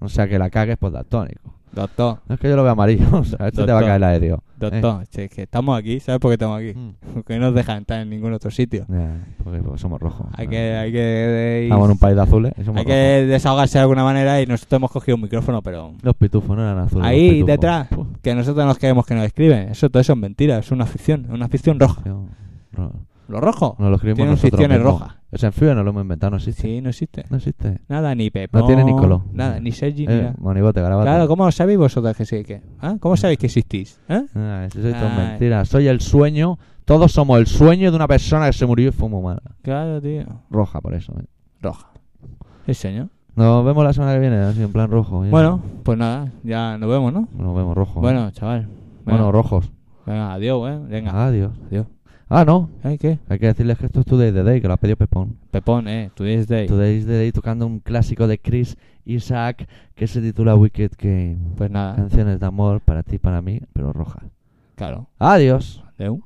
Speaker 2: O sea, que la cagues por daltónico.
Speaker 1: Doctor,
Speaker 2: No es que yo lo veo amarillo. O sea, esto te va a
Speaker 1: Doctor.
Speaker 2: caer la de Dios.
Speaker 1: doctor, si es que estamos aquí, ¿sabes por qué estamos aquí?
Speaker 2: Eh. Mm.
Speaker 1: Porque no nos dejan entrar en ningún otro sitio.
Speaker 2: Ya, porque, porque somos rojos.
Speaker 1: Hay que, hay que,
Speaker 2: Ah. Estamos en un país de azules y somos
Speaker 1: hay que desahogarse de alguna manera y nosotros hemos cogido un micrófono, pero
Speaker 2: rojos. Los pitufos no eran azules. los
Speaker 1: ahí
Speaker 2: pitufos.
Speaker 1: detrás,
Speaker 2: Puf,
Speaker 1: que nosotros nos creemos que nos escriben. Eso todo eso es mentira, es una afición, una afición roja.
Speaker 2: tío, ro-
Speaker 1: Lo rojo.
Speaker 2: No lo escribimos
Speaker 1: Tiene un
Speaker 2: nosotros
Speaker 1: sitio en el
Speaker 2: mismos.
Speaker 1: roja.
Speaker 2: El Senfío no lo hemos inventado, no existe.
Speaker 1: Sí, no existe.
Speaker 2: No existe.
Speaker 1: Nada, ni Pepe.
Speaker 2: No tiene ni color.
Speaker 1: Nada, ni Sergi, ni
Speaker 2: Eh, Mm.
Speaker 1: nada.
Speaker 2: monigote, garabato.
Speaker 1: Claro, ¿cómo lo sabéis vosotros que sí? Que, ¿Ah? ¿Cómo sabéis que existís? ¿Eh?
Speaker 2: Ah, eso es todo
Speaker 1: Ay.
Speaker 2: mentira. Soy el sueño. Todos somos el sueño de una persona que se murió y fue muy mala.
Speaker 1: Claro, tío.
Speaker 2: Roja, por eso. eh.
Speaker 1: Roja. Sí, señor.
Speaker 2: Nos vemos la semana que viene, así en plan rojo. ya.
Speaker 1: Bueno, pues nada, ya nos vemos, ¿no?
Speaker 2: Nos vemos rojo. eh.
Speaker 1: Bueno, chaval. Venga,
Speaker 2: Pues Bueno, rojos.
Speaker 1: venga, adiós, ¿eh? Venga.
Speaker 2: Adiós.
Speaker 1: Adiós.
Speaker 2: Ah, no.
Speaker 1: ¿Eh? ¿Qué?
Speaker 2: Hay que decirles que esto es Today the Day, que lo ha pedido Pepón.
Speaker 1: Pepón, ¿eh? Today's Day.
Speaker 2: Today the Day tocando un clásico de Chris Isaac que se titula Wicked Game.
Speaker 1: Pues nada,
Speaker 2: Canciones de amor para ti, para mí, pero roja.
Speaker 1: claro.
Speaker 2: Adiós.
Speaker 1: Adeu.